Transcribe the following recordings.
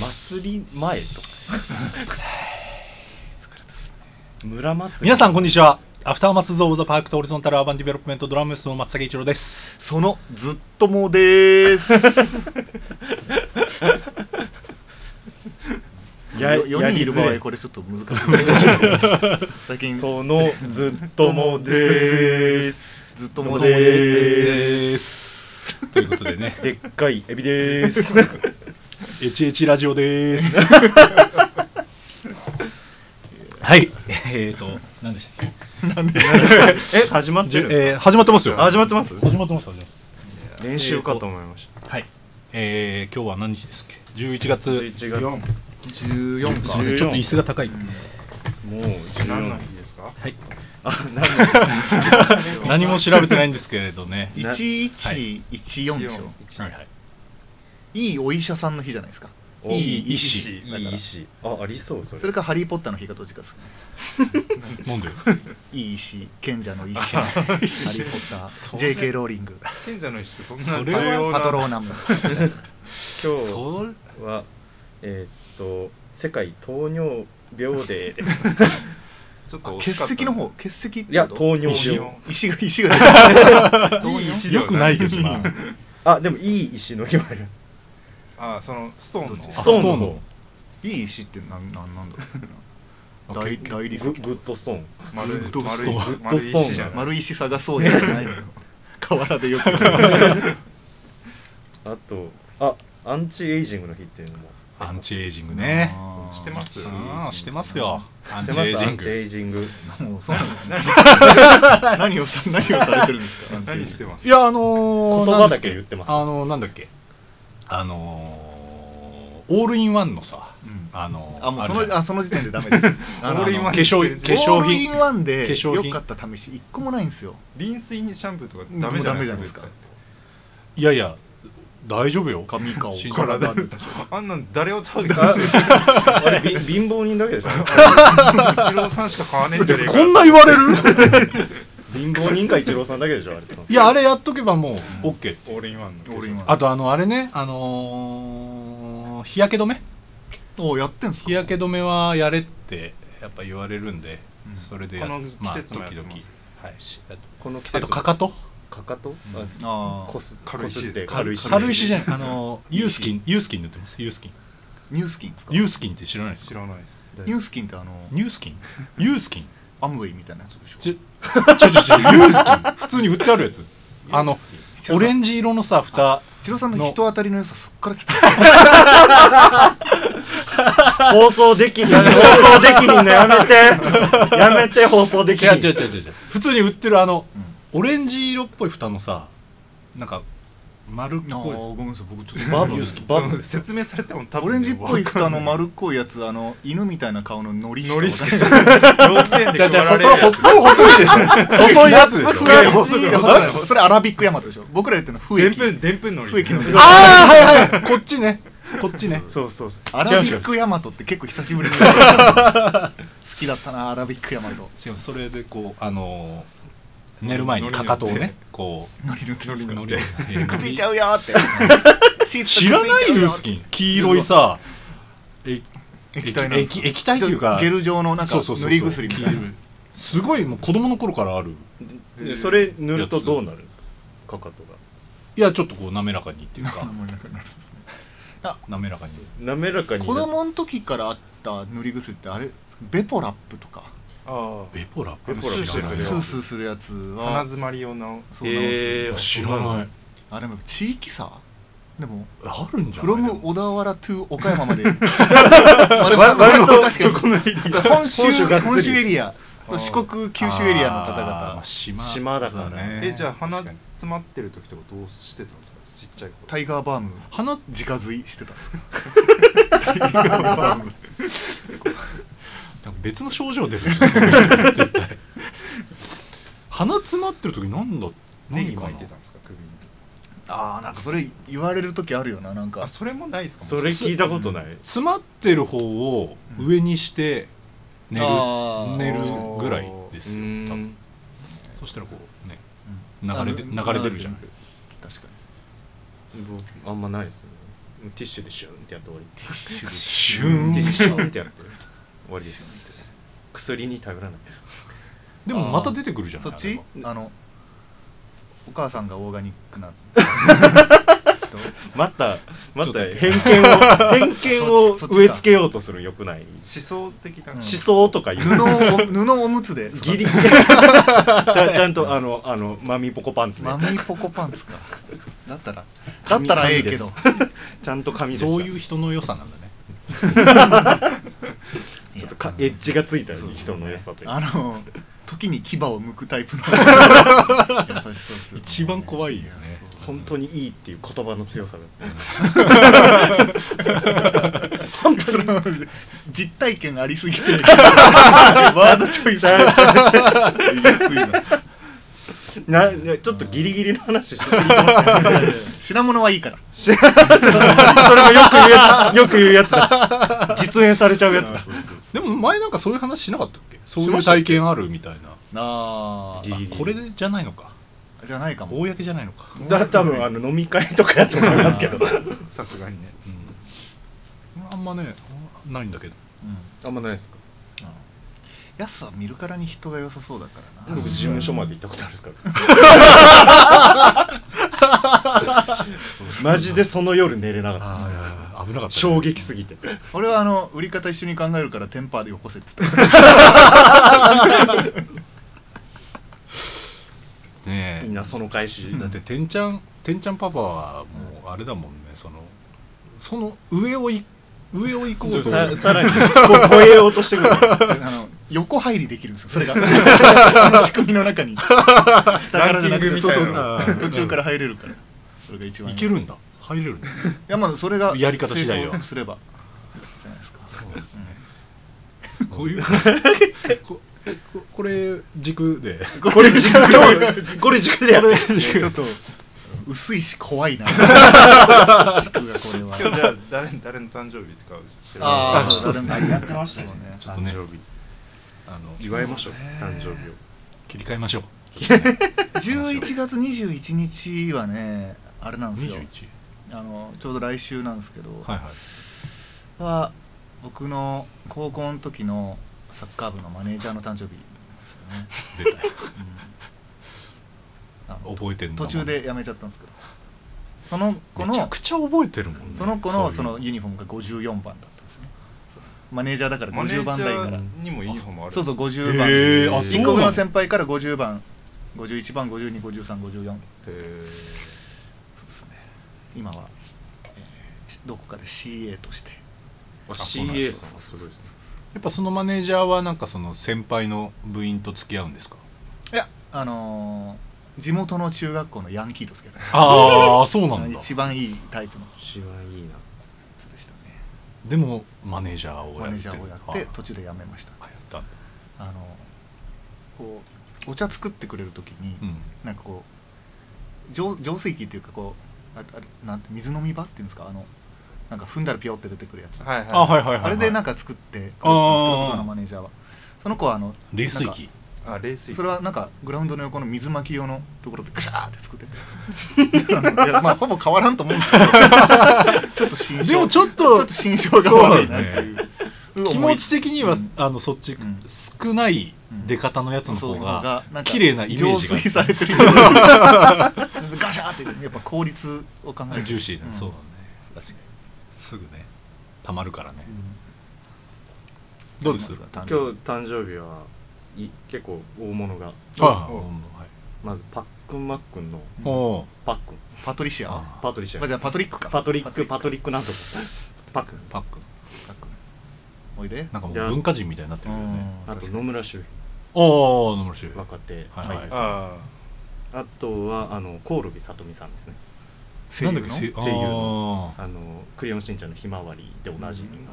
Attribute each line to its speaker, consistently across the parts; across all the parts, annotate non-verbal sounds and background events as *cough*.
Speaker 1: 祭り前と村祭り
Speaker 2: 皆さんこんにちはアフターマスズ・オブ・ザ・パークとオリゾンタル・アーバン・ディベロップメント・ドラムスの松崎一郎です
Speaker 3: そのずっともでーす
Speaker 1: *laughs* や
Speaker 3: よ4
Speaker 1: や
Speaker 3: 人
Speaker 1: り
Speaker 3: いる場
Speaker 1: づれ
Speaker 3: 合これちょっと難しい最近ず
Speaker 1: そのずっともでーす
Speaker 3: っとも
Speaker 1: お
Speaker 3: でー
Speaker 2: ー
Speaker 3: す
Speaker 2: すということでね
Speaker 1: *laughs* でっかいエビでー *laughs* す
Speaker 2: エチエチラジオでー *laughs* すはいえっ、ー、と何でしたっ
Speaker 1: え始まっ
Speaker 2: け、
Speaker 1: て
Speaker 2: じゅ
Speaker 1: る、
Speaker 2: えー始まってますよ
Speaker 1: 始まってます
Speaker 2: 始まってますよね
Speaker 1: 練習かと思いました
Speaker 2: はいえー、今日は何日ですっけ11月
Speaker 1: 11月もう
Speaker 3: 14
Speaker 2: すい
Speaker 3: か
Speaker 2: ませんちょっと椅子が高い、
Speaker 1: 14
Speaker 4: 何の日ですか
Speaker 2: 何も調べてないんですけれどね
Speaker 3: 1114でしょ
Speaker 2: はいはい
Speaker 3: いいお医者さんの日じゃないですか
Speaker 1: お
Speaker 3: い
Speaker 1: い
Speaker 3: い医
Speaker 2: い
Speaker 3: 師だか
Speaker 1: い
Speaker 3: ら
Speaker 1: 石あありそうそれ
Speaker 3: それかハリー・ポッターの日がどっちかですね
Speaker 2: なんで
Speaker 3: いい医師賢者の医
Speaker 1: *laughs*
Speaker 3: 師ハリー・ポッター JK ローリング
Speaker 4: 賢者の石ってそんな
Speaker 2: それ
Speaker 4: 重要
Speaker 2: は
Speaker 4: な
Speaker 3: パトローナム
Speaker 1: 今日
Speaker 2: それ
Speaker 1: はえーっと世界糖尿病デーです
Speaker 4: ちょっと惜
Speaker 3: 欠
Speaker 4: しかった
Speaker 3: 席の方欠席って
Speaker 1: いや
Speaker 3: こと
Speaker 1: 糖尿
Speaker 2: 石
Speaker 1: 病
Speaker 4: を
Speaker 1: *laughs*
Speaker 3: 石が石が出てる
Speaker 4: いい石で
Speaker 2: よ
Speaker 4: は
Speaker 2: くないけどな
Speaker 1: *laughs* あでもいい石の日もあります
Speaker 4: あそのストーンの
Speaker 1: ストーンの方
Speaker 3: いい石ってなんなんなんだろうな
Speaker 2: あ
Speaker 3: 大
Speaker 2: 結
Speaker 3: 大理
Speaker 1: グ
Speaker 3: 石
Speaker 1: グッドストーン
Speaker 4: 丸い
Speaker 3: グッドス
Speaker 4: 丸
Speaker 3: ト
Speaker 4: い
Speaker 3: ーン
Speaker 4: 丸い石じゃない
Speaker 3: 丸石探そうやじゃないのよ河原でよく見る
Speaker 1: あとあアンチエイジングの日っていうのも
Speaker 2: アンチエイジングね
Speaker 3: あー
Speaker 4: してます
Speaker 2: ああしてますよアン
Speaker 1: して
Speaker 2: チ
Speaker 1: ま
Speaker 2: エイ
Speaker 1: す
Speaker 2: ジ
Speaker 1: ア
Speaker 2: ン
Speaker 1: ンチ
Speaker 2: グ
Speaker 1: エイジング
Speaker 3: もうそんなの何を何をされてるんですか
Speaker 4: *laughs* 何してます
Speaker 2: いやあのー、
Speaker 1: 言葉だけ言ってます
Speaker 2: なんだっけあのー、なんだっけあのー、オールインワンのさ
Speaker 3: うん
Speaker 2: あのー、
Speaker 3: あもうそ
Speaker 2: るじ
Speaker 3: の
Speaker 2: ゃん
Speaker 3: あその時点でダメですあの
Speaker 4: オールインワン
Speaker 2: 化粧
Speaker 4: 化
Speaker 2: 化粧
Speaker 3: オールイン
Speaker 2: 品
Speaker 3: ワンで
Speaker 2: 化粧
Speaker 3: 良
Speaker 2: 品
Speaker 3: かった試し一個もないんですよ
Speaker 4: リンスインシャンプーとかダメじゃないですか
Speaker 3: もう
Speaker 2: い
Speaker 3: ダメ
Speaker 2: やいや大丈夫よ
Speaker 3: 髪
Speaker 2: *laughs*
Speaker 3: 顔
Speaker 2: 死んだ
Speaker 3: 体で
Speaker 4: 絶対あんなん誰をターゲット
Speaker 1: あ
Speaker 4: にしてる
Speaker 1: あれび貧乏人だけでしょ
Speaker 4: 一郎さんしか買わねえんじゃねえか
Speaker 2: こんな言われる
Speaker 1: 貧乏人か一郎さんだけでしょあれ
Speaker 2: いやあれやっとけばもう OK
Speaker 4: オールインワンの化
Speaker 3: オ
Speaker 4: 粧
Speaker 3: ールインワン
Speaker 2: あとあのあれねあのー、日焼け止め
Speaker 3: おやってんすか
Speaker 2: 日焼け止めはやれってやっぱ言われるんで、
Speaker 3: うん
Speaker 2: それでや
Speaker 4: この季
Speaker 2: まあ
Speaker 4: 節もや
Speaker 2: 時
Speaker 4: って
Speaker 2: 々
Speaker 4: ます
Speaker 2: はいし
Speaker 1: この季節
Speaker 2: あとかかと
Speaker 1: かかと
Speaker 3: うん
Speaker 1: あ
Speaker 3: あ
Speaker 1: こ
Speaker 3: ー
Speaker 1: す
Speaker 4: 軽
Speaker 1: こ
Speaker 4: 石
Speaker 1: すって
Speaker 4: ですか
Speaker 1: 軽石
Speaker 2: 軽石じゃないあのユースキンユースキン塗ってますユースキン
Speaker 3: ニュースキンですかニ
Speaker 2: ユースキンって知らないです
Speaker 4: 知
Speaker 2: から
Speaker 4: ないです
Speaker 3: ュースキンってあの
Speaker 2: ニュースキンユースキン
Speaker 3: アムウェイみたいなやつでしょ
Speaker 2: ちょちょちょちょユースキン普通に振ってあるやつあのオレ
Speaker 3: ン
Speaker 2: ンジ色のさ蓋
Speaker 3: 白さんの
Speaker 2: の
Speaker 3: 人当たりの良さそっから来た
Speaker 1: 放送できひん放送できひんのやめてやめて放送できひ
Speaker 2: 違うん違う違う違う違う普通に売ってるあの
Speaker 3: うん
Speaker 2: オレンジ色っぽい蓋のさなんか丸っ
Speaker 3: あー
Speaker 2: こい
Speaker 3: ごめんなさい僕ちょっと
Speaker 1: バブ
Speaker 2: ユースキン
Speaker 1: バ
Speaker 4: そ
Speaker 1: ブ
Speaker 4: の説明されても多分
Speaker 3: オレンジっぽい蓋の丸っこいやつあの犬みたいな顔のノリ
Speaker 4: ノリし
Speaker 3: し
Speaker 4: か
Speaker 3: か
Speaker 4: し
Speaker 3: 私
Speaker 4: ない幼稚園
Speaker 2: じゃ
Speaker 4: で
Speaker 2: じゃ
Speaker 4: 配られ
Speaker 2: 細い
Speaker 4: るやつ
Speaker 2: 細い細いでし *laughs* ょ細いやつでしょ
Speaker 3: フランスそれそれアラビックヤマトでしょ僕ら言ってるのは
Speaker 4: でん
Speaker 3: 不
Speaker 4: ぷ
Speaker 3: 液
Speaker 4: んでんぷんのり
Speaker 3: 不液の
Speaker 2: ああはいはいこっちねこっちね
Speaker 1: そうそうそう
Speaker 3: アラビックヤマトって結構久しぶりに好きだったなアラビックヤマト
Speaker 2: 違うそれでこうあのー、寝る前にかかとを
Speaker 4: 乗り
Speaker 2: ねこ
Speaker 3: ノリ塗って
Speaker 2: う乗
Speaker 3: く
Speaker 2: りをえー
Speaker 3: っついちゃうよーってシーツ
Speaker 2: 知らないユース
Speaker 3: ン
Speaker 2: キン黄色いさえ
Speaker 3: 液体なんです
Speaker 2: 液液体っていうか
Speaker 3: ゲル状のなんか
Speaker 2: そうそうそう
Speaker 3: 塗り薬みたい
Speaker 2: 黄色
Speaker 3: ない
Speaker 2: すごいもう子供の頃からある
Speaker 1: でそれ塗るとどうなるんですかかかとが
Speaker 2: いやちょっとこう滑らかにっていうか
Speaker 3: なんかもうなんかなるそうですね
Speaker 2: 滑らかに
Speaker 1: 滑らかに
Speaker 3: 子供の時からあった塗り薬ってあれベポラップとか
Speaker 4: ああ
Speaker 2: ベポラ
Speaker 4: ベポラ
Speaker 2: 知ら
Speaker 4: そ
Speaker 2: な
Speaker 4: れ
Speaker 2: い
Speaker 4: は
Speaker 3: スースーするやつ
Speaker 4: 鼻
Speaker 3: は
Speaker 4: 詰まり用の
Speaker 3: そう直す
Speaker 1: えー
Speaker 2: 知らない
Speaker 3: あでも地域差でも
Speaker 2: あるんじゃ
Speaker 3: フ
Speaker 2: ない
Speaker 3: ロム小田原 to 岡山まで割
Speaker 1: わ割とそこ
Speaker 3: 確か
Speaker 1: のエリア
Speaker 3: に本州
Speaker 1: 本州がっつり
Speaker 3: 本州エリア
Speaker 4: あー
Speaker 3: 四国九州エリアの方
Speaker 2: あーまあ
Speaker 3: 々
Speaker 2: 島
Speaker 1: 島だから
Speaker 2: ね
Speaker 4: えじゃあ鼻
Speaker 2: 確か
Speaker 4: 詰
Speaker 2: に
Speaker 4: まってる時とかどうしてたんですかちっちゃい頃
Speaker 3: タイガーバーム *laughs*
Speaker 2: 鼻
Speaker 3: 自家吸いしてたんですか
Speaker 2: なんか別の症状出るんですよね絶対鼻詰まってる時なんだ
Speaker 4: ネギ
Speaker 2: 何か
Speaker 4: 巻い
Speaker 2: な
Speaker 4: てたんですか首に
Speaker 3: ああなんかそれ言われる時あるよななんか
Speaker 4: あそれもないですか
Speaker 1: それ聞いたことない
Speaker 2: 詰まってる方を上にして寝る、
Speaker 3: あー
Speaker 2: 寝るぐらいですよ多分そしたらこうね流れで
Speaker 3: うん
Speaker 2: 流れ出るじゃない
Speaker 3: 確か
Speaker 1: 僕あんまないですねティッシュでシュンってやって終わり
Speaker 2: シ
Speaker 1: ティッシュシュ
Speaker 2: ュー
Speaker 1: ンっ
Speaker 2: ン
Speaker 1: てやって終わりです薬に頼らない
Speaker 2: でもまた出てくるじゃない
Speaker 3: そっち
Speaker 1: あれは
Speaker 3: あのお母さんがオーガニッ
Speaker 1: *laughs*
Speaker 3: クな人
Speaker 1: またま
Speaker 2: ちょ
Speaker 1: た
Speaker 2: っと
Speaker 1: 偏見を偏見を
Speaker 3: そそっちか
Speaker 1: 植え付けようとするよくない
Speaker 2: 思想的な
Speaker 3: うん
Speaker 1: 思想とか言う
Speaker 3: 布を布をおむつで *laughs*
Speaker 1: ギリちゃんちゃんとあのあのマミポコパンツね
Speaker 3: マミーポコパンツかだったらだったらええけど
Speaker 1: ちゃんと髪でした
Speaker 2: そういう人の良さなんだね
Speaker 1: ちょっとかエッジがついたように
Speaker 3: そ
Speaker 1: 人
Speaker 3: う
Speaker 1: の
Speaker 3: ね
Speaker 1: 良さというか
Speaker 3: あの時に牙を剥くタ
Speaker 1: *laughs*
Speaker 3: イプの優しそうですよね
Speaker 2: 一番怖いよね
Speaker 1: 本当にいいっていう言葉の強さが
Speaker 3: 本当それは実体験ありすぎてワードチョイス
Speaker 1: *laughs*
Speaker 3: が言い過ぎな
Speaker 1: ななちょっとギリギリの話してる
Speaker 3: 品物はいいから
Speaker 1: それもよく言うやつよく言うやつだ実演されちゃうやつだ
Speaker 2: でも前なんかそういう話しなかったっけそういう体験あるみたいな
Speaker 3: なあ
Speaker 1: ギリギリ
Speaker 2: これじゃないのか
Speaker 3: じゃないかも
Speaker 2: 公じゃないのか
Speaker 1: だ多分あの飲み会とかやと思いますけ *laughs* ど
Speaker 3: さすがにね
Speaker 2: 俺あんまねないんだけど
Speaker 1: あんまないですか
Speaker 3: やすは見るからに人が良さそうだから
Speaker 1: 僕
Speaker 3: な
Speaker 1: 事務所まで行ったことあるんです *laughs* からマジでその夜寝れなかったです
Speaker 2: ああ危なかったね
Speaker 1: 衝撃すぎて
Speaker 3: 俺はあの売り方一緒に考えるからテンパーでよこせっつって
Speaker 2: ねえ
Speaker 1: いいなその返し
Speaker 2: だっててんちゃんてんちゃんパパはもうあれだもんねそのその上をい上を行こうと
Speaker 1: ささらにこ超えようとしてくる
Speaker 3: あの横入りできるんですよそれがあの仕組みの中に下からじゃ
Speaker 1: ラ
Speaker 3: なく
Speaker 1: ンキング
Speaker 3: て
Speaker 1: み
Speaker 3: そう
Speaker 1: たい
Speaker 3: そう
Speaker 2: な
Speaker 3: 途中から入れるからそれが一番
Speaker 2: いけるんだ入れるんだ
Speaker 3: いやまあそれが
Speaker 2: やり方次第は
Speaker 3: 成功すればじゃないですか
Speaker 2: こういうこえここれ軸で
Speaker 1: これ軸でこれ軸でやる
Speaker 3: ちょっと薄いし怖いな地区がこれ
Speaker 1: 今日
Speaker 4: *laughs*
Speaker 3: は
Speaker 1: じゃあ誰誰の誕生日とか知ってる
Speaker 3: ああ
Speaker 2: そう
Speaker 3: それもやってましたもんね
Speaker 2: ちょっとね
Speaker 1: 誕生日
Speaker 2: あの
Speaker 1: 祝いましょう誕生日を
Speaker 2: 切り替えましょう
Speaker 3: *laughs* 11月21日はねあれなんですよ
Speaker 2: 21
Speaker 3: あのちょうど来週なんですけど、
Speaker 2: はいはい
Speaker 3: は僕の高校の時のサッカー部のマネージャーの誕生日なんです
Speaker 2: 出た
Speaker 3: よね、うんあの
Speaker 2: 覚えてる
Speaker 3: 途中で辞めちゃったんですけどその子
Speaker 2: めちゃ
Speaker 3: の
Speaker 2: くちゃ覚えてるもんね
Speaker 3: その子のそ
Speaker 2: そう
Speaker 3: の
Speaker 2: いう
Speaker 3: ユニフォームが54番だったんですねマネージャーだから50番台から
Speaker 1: にもいい方もあ
Speaker 3: そうそう50番、
Speaker 2: へーあそう
Speaker 3: 1個
Speaker 2: な
Speaker 3: 上の
Speaker 2: の
Speaker 3: 先輩から50番51番525354今は、えーどこかで CA として
Speaker 1: あ
Speaker 2: そうなん
Speaker 1: CA
Speaker 2: です
Speaker 1: さんはすごいですね
Speaker 2: やっぱそのマネージャーはなんかその先輩の部員と付き合うんですか
Speaker 3: いやあのー地元の中学校のヤンキーとつけた
Speaker 2: ああそうなんだ
Speaker 3: 一番いいタイプのや
Speaker 1: 一番いいな
Speaker 3: つでしたね
Speaker 2: でもマネージャーを
Speaker 3: マ
Speaker 2: や
Speaker 3: ネー
Speaker 2: って
Speaker 3: ジャーをやっ
Speaker 2: あ
Speaker 3: て途中で辞めました
Speaker 2: あやったんだ
Speaker 3: あのこうお茶作ってくれる時に、
Speaker 2: うん
Speaker 3: なんかこう浄浄水器っていうかこうああれなんて水飲み場っていうんですかあのなんか踏んだらピヨって出てくるやつ、
Speaker 1: はいはい
Speaker 2: あはいはいはいはい
Speaker 3: あれでなん
Speaker 2: か
Speaker 3: か作ってくれたんですけど
Speaker 2: あー
Speaker 3: 僕のマネージャーはその子はあの
Speaker 2: 冷水器
Speaker 1: あ冷水
Speaker 3: それはなんかグラウンドの横の水まき用のところでガシャーって作っててあのいやまあほぼ変わらんと思うんですけどちょっと心象
Speaker 2: でもちょっと
Speaker 3: ちょっと心象が悪いなっていう
Speaker 2: 気持ち的には、
Speaker 3: うん
Speaker 2: あのそっち、
Speaker 3: ん
Speaker 2: 少ない出方のやつの方が
Speaker 3: なんか
Speaker 2: 綺麗なイメージ
Speaker 3: 浄水
Speaker 2: が
Speaker 3: されてるようなガシャーってやっぱ効率を考える
Speaker 2: ジューシーな、
Speaker 3: ん
Speaker 2: そうだね確かにすぐねたまるからね、どうです
Speaker 3: 今
Speaker 1: 今日誕生日はい結構大物が
Speaker 2: ああ、
Speaker 1: おまずパックンマックンの
Speaker 2: おお
Speaker 1: パックン
Speaker 3: パトリシア
Speaker 2: あ
Speaker 1: パトリシ
Speaker 3: まあ
Speaker 1: ア
Speaker 3: じゃあパトリックか
Speaker 1: パトリックパトリック
Speaker 2: *laughs*
Speaker 1: なんとかパックン
Speaker 2: パック
Speaker 3: おいで
Speaker 2: なんかもう
Speaker 1: いや
Speaker 2: 文化人みたいになってるけどね
Speaker 1: あと野村周
Speaker 2: おお野村修
Speaker 1: 平若手
Speaker 2: はい
Speaker 1: 俳優さん
Speaker 4: あ
Speaker 1: あとはあのコオロギさとみさんですね
Speaker 2: なんだっけせ
Speaker 1: 声優
Speaker 2: ああ
Speaker 1: あのクレヨンしんちゃんのひまわりでおなじみの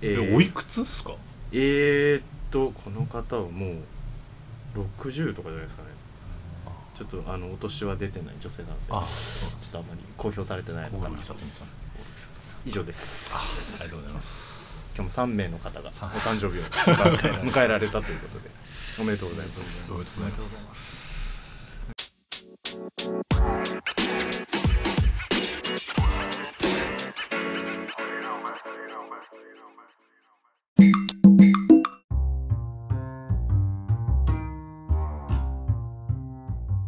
Speaker 1: え
Speaker 2: え
Speaker 1: ー
Speaker 2: おいくつっすか
Speaker 1: えーっとこの方はもう60とかじゃないですかねちょっとあのお年は出てない女性なので
Speaker 2: あ
Speaker 1: ちょっとあまり公表されてないの
Speaker 2: 小
Speaker 1: かな
Speaker 2: 栗さとみさんあ
Speaker 1: 以上です
Speaker 2: りがとうございます
Speaker 1: 今日も3名の方がお
Speaker 2: さ
Speaker 1: 誕生日を
Speaker 2: *laughs*
Speaker 1: 迎えられたということでおめでとうございます
Speaker 2: おめでとうございます
Speaker 3: 「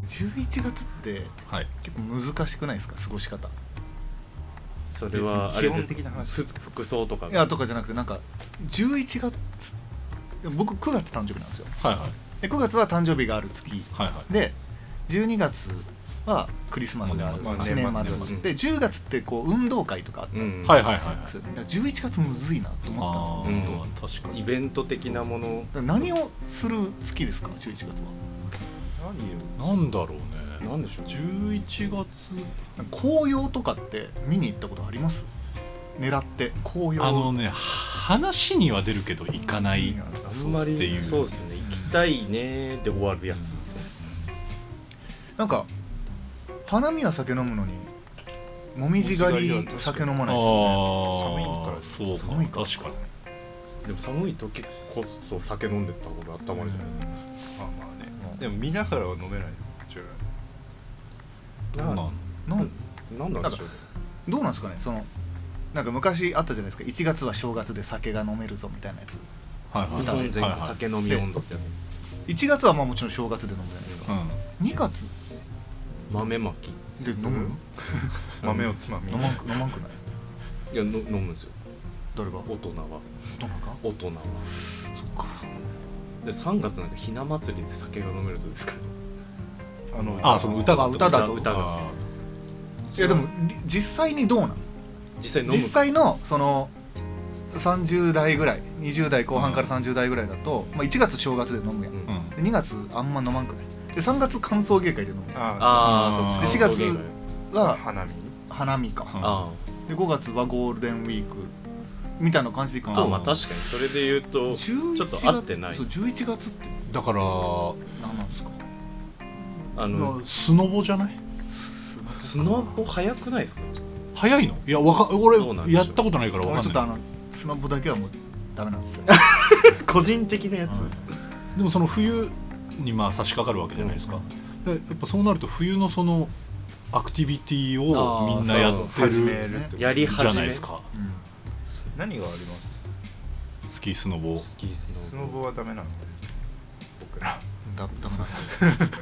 Speaker 3: 11月って
Speaker 2: はい
Speaker 3: 結構難しくないですか過ごし方
Speaker 1: それはあれです
Speaker 3: 基本的な話
Speaker 1: ふ服装とか
Speaker 3: いやとかじゃなくてなんか11月僕9月誕生日なんですよ
Speaker 2: はいはい
Speaker 3: で9月は誕生日がある月
Speaker 2: はいはい
Speaker 3: で12月はクリスマスがある
Speaker 2: まあ
Speaker 3: 年末
Speaker 5: 年末
Speaker 1: ですね
Speaker 3: で10月ってこう運動会とかあった
Speaker 1: うんん
Speaker 3: で
Speaker 2: はいはいはいはい
Speaker 3: すよねだから11月むずいなと
Speaker 2: あ
Speaker 3: 思ったんですよずっと
Speaker 2: あ確か
Speaker 1: イ
Speaker 2: に
Speaker 1: ベント的なもの
Speaker 3: だから何をする月ですか11月は
Speaker 2: 何だろうね
Speaker 1: なんでしょう
Speaker 2: 11月
Speaker 3: なんか紅葉とかって見に行ったことあります狙って紅葉
Speaker 2: あのね話には出るけど行かない
Speaker 3: や
Speaker 1: あんま
Speaker 2: ってい
Speaker 1: り
Speaker 2: う
Speaker 1: そうですね行きたいねで終わるやつ
Speaker 3: なんか花見は酒飲むのにもみじ狩り酒飲ま
Speaker 2: あ
Speaker 3: ない
Speaker 2: ー
Speaker 3: ですよ
Speaker 2: そ
Speaker 3: ね寒いから
Speaker 2: う
Speaker 3: 寒いから
Speaker 2: 確かに
Speaker 1: でも寒い時こそ酒飲んでった方が温まるじゃないですか
Speaker 4: まあまあねでも見ながらは飲めないじゃない
Speaker 2: どうなん
Speaker 3: なん
Speaker 1: なんなんでしょうね
Speaker 3: どうなんですかねそのなんか昔あったじゃないですか1月は正月で酒が飲めるぞみたいなやつ
Speaker 2: はいはい
Speaker 1: 日本全
Speaker 2: はい
Speaker 1: 国
Speaker 2: はい
Speaker 1: 酒飲み温度ってや
Speaker 3: 1月はまあもちろん正月で飲むじゃないですか
Speaker 2: うん
Speaker 3: 2月
Speaker 1: つ豆まき
Speaker 3: で飲む
Speaker 4: 豆をつまみ
Speaker 3: 飲まんく飲まんくない
Speaker 1: いやの飲むんですよ
Speaker 3: 誰が
Speaker 1: 大人は
Speaker 3: どなか
Speaker 1: 大人は
Speaker 3: そっか
Speaker 1: で3月なんかひな祭りで酒が飲めるそうですから
Speaker 4: あの
Speaker 2: あその歌が
Speaker 3: あ歌だと
Speaker 1: 歌が
Speaker 2: あ
Speaker 3: いやでもり実際にどうなん
Speaker 1: 実際飲む
Speaker 3: 実際のその30代ぐらい20代後半から30代ぐらいだと、まあ、1月正月で飲むやん
Speaker 1: う
Speaker 2: ーうんん
Speaker 3: で2月あんま飲まんくないで3月歓送迎会で飲む
Speaker 4: あ
Speaker 1: ああ
Speaker 2: ー
Speaker 1: そう
Speaker 3: で
Speaker 1: 歓送迎
Speaker 3: 四
Speaker 1: 会
Speaker 3: 月
Speaker 4: あ
Speaker 3: は
Speaker 4: 花見
Speaker 3: 花見か、
Speaker 1: あ
Speaker 3: で5月はゴールデンウィークみたいな感じでいく
Speaker 1: ー
Speaker 3: と
Speaker 1: あまあ確かにそれで言うと
Speaker 3: 11
Speaker 1: ちょっと合ってない
Speaker 3: そう11月って
Speaker 2: だから
Speaker 3: 何なんですか
Speaker 1: あの
Speaker 2: スノボじゃない
Speaker 3: す
Speaker 1: スノボ早くないですか
Speaker 2: 早いのいやわか俺
Speaker 1: どうなんでしょう
Speaker 2: やったことないから
Speaker 3: 俺
Speaker 2: わか
Speaker 3: ちょっ
Speaker 2: ん
Speaker 3: とあ
Speaker 2: な
Speaker 3: のスマホだけはもうダメな
Speaker 1: *laughs*
Speaker 3: んですよ
Speaker 5: 個人的なやつ、
Speaker 2: いでもその冬にまあ差し掛かるわけじゃないですかでやっぱそうなると冬のそのアクティビティをみんなやって
Speaker 4: 始め
Speaker 2: る
Speaker 4: るってこと
Speaker 1: やり
Speaker 2: じゃ
Speaker 1: 始
Speaker 2: ない
Speaker 1: め
Speaker 2: で
Speaker 1: ス
Speaker 2: すか
Speaker 4: 何があります
Speaker 2: スキースノボ
Speaker 1: キー
Speaker 4: ス
Speaker 1: スノ
Speaker 4: ノ
Speaker 1: ボ
Speaker 4: ボはダメなんで僕ら
Speaker 3: うんだダメなんです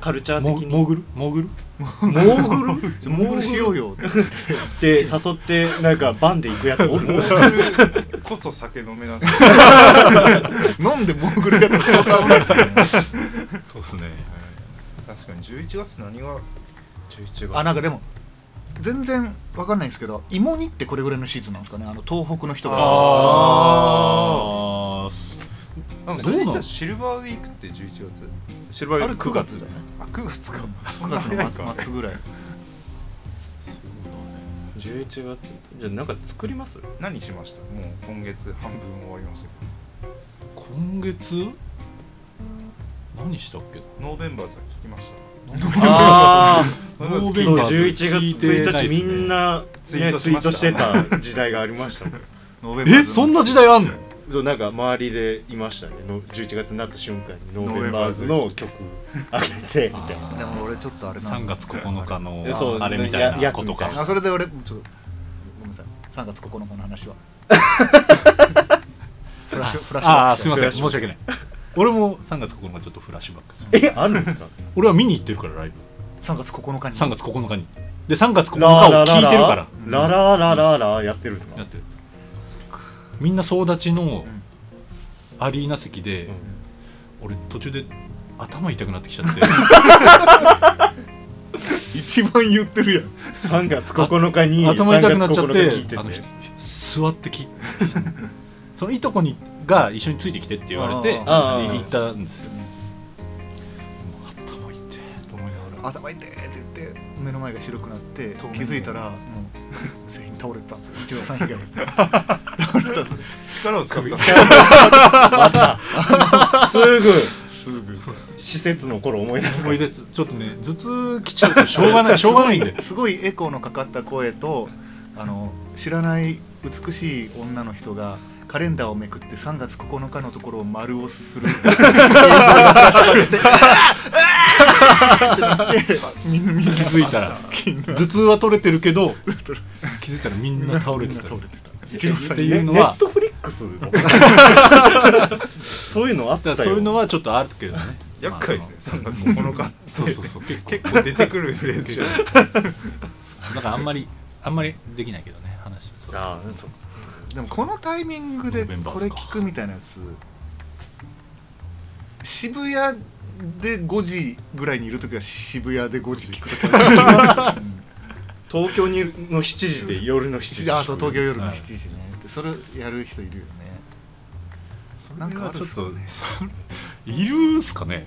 Speaker 1: カルチャー
Speaker 2: モ
Speaker 1: 的に
Speaker 2: モーグルモーグル
Speaker 1: *laughs* モーグル
Speaker 3: よモーグルしようよって
Speaker 1: って誘ってなんかバンで行くやつおる
Speaker 4: モーグルこそ酒飲めなさい
Speaker 3: なんでモーグルやったらそうなるんですか
Speaker 2: そうですね
Speaker 4: 確かに11月何が
Speaker 1: 11月
Speaker 3: あなんかでも全然わかんないんですけど芋煮ってこれぐらいのシーズンなんですかねあの東北の人が
Speaker 2: ああ
Speaker 4: なんかそれで言ったらシルバーウィークって11月
Speaker 1: シルバーウ
Speaker 3: あ
Speaker 1: ィー
Speaker 3: れ
Speaker 1: ク
Speaker 3: 9月だよね
Speaker 4: あ9月か
Speaker 3: 9月の末末ぐらい
Speaker 1: 11月じゃあなんか作ります
Speaker 4: 何しましたもう今月半分終わりましたけ
Speaker 2: 今月何したっけ
Speaker 4: どノーベンバーズは聞きました
Speaker 1: あ
Speaker 4: ノーベンバーズ
Speaker 1: そう11月1日みん
Speaker 2: な
Speaker 1: な、ね、ツ
Speaker 4: ツ
Speaker 1: イ
Speaker 4: イ
Speaker 1: ー
Speaker 4: ー
Speaker 1: ト
Speaker 4: ト
Speaker 1: ツ
Speaker 4: し
Speaker 1: イ
Speaker 4: ま
Speaker 1: ートして
Speaker 4: した
Speaker 1: た時代がありましたもん
Speaker 3: ノーベンバー
Speaker 2: えそんな時代あんの
Speaker 1: そうなんか周りでいましたねの11月になった瞬間にノーベンバーズの曲あげてみたいな
Speaker 3: でも俺ちょっとあれな
Speaker 2: 3
Speaker 3: ん
Speaker 2: 月9日
Speaker 1: えそう
Speaker 2: のあれみたいなこと
Speaker 1: ややつみたい
Speaker 2: か
Speaker 3: あそれで俺ちょっとごめんなさい3月9日の話
Speaker 2: *laughs*
Speaker 3: はフラッシュフラッシュ
Speaker 2: ああすいま
Speaker 1: フ
Speaker 2: せ
Speaker 1: ラ
Speaker 2: ん
Speaker 1: ッシ
Speaker 2: 申
Speaker 1: ュ
Speaker 2: し訳ない俺も3月9日ちょっとフラッシュバックする
Speaker 1: *laughs* えあるんですか
Speaker 2: 俺は見に行ってるからライブ
Speaker 3: 3月9日に
Speaker 2: 3月9日にで3月9日を聞いてるから
Speaker 1: ラララララやってるんですか
Speaker 2: やってるみんな総立ちの
Speaker 3: ん
Speaker 2: アリーナ席で、俺途中で頭痛くなってきちゃって
Speaker 3: 一番言ってるやん
Speaker 1: 3月9日に
Speaker 2: 頭痛くなっちゃっ
Speaker 1: 3月
Speaker 2: て
Speaker 1: 9日聞いて
Speaker 2: あのひ
Speaker 1: て
Speaker 2: ひ座ってき *laughs* そのいとこにが一緒についてきてって言われてい
Speaker 1: あー
Speaker 2: 行ったんですよねもう頭痛いと思いな *laughs* がら
Speaker 3: 頭痛いって言って目の前が白くなって気づいたらもう全員倒れてたんですよ一郎さん以外
Speaker 4: 力を使った
Speaker 1: すぐ
Speaker 3: すぐ
Speaker 1: 施設の頃思い出す
Speaker 2: 思い出すちょっとね頭痛きちゃうとしょうがないしょうがないんで
Speaker 3: すごいエコーのかかった声とあの知らない美しい女の人がカレンダーをめくって3月9日のところを丸押しす *laughs* る映像がフラッシュバックして「うわーうわーってなってみんなみんな
Speaker 2: 気づいたら頭痛は取れてるけど気づいたらみんな倒れてた
Speaker 3: みんな倒れてた一郎さ
Speaker 2: っ
Speaker 3: ん
Speaker 2: て
Speaker 3: に
Speaker 2: いうの
Speaker 1: ネ
Speaker 2: は
Speaker 1: ットフリックスの *laughs* そういうのあった
Speaker 2: だ
Speaker 1: よ
Speaker 2: からそういうのはちょっとあるけどね
Speaker 4: 厄介ですね3月9日って
Speaker 2: そうそうそう結構
Speaker 4: 結構出てくるフレーズじゃないですか
Speaker 2: だからあんまりあんまりできないけどね話そう
Speaker 1: ああそう
Speaker 3: でもこのタイミングでこれ聞くみたいなやつ渋谷で5時ぐらいにいる時は渋谷で5時聞くとか *laughs*
Speaker 1: 東京にいるの7時で夜の7時
Speaker 3: あそう東京夜の
Speaker 2: はい
Speaker 3: 7時ね、でそれやる人いるよね
Speaker 2: そ
Speaker 3: なんかあるっすかね
Speaker 2: それいるんすかね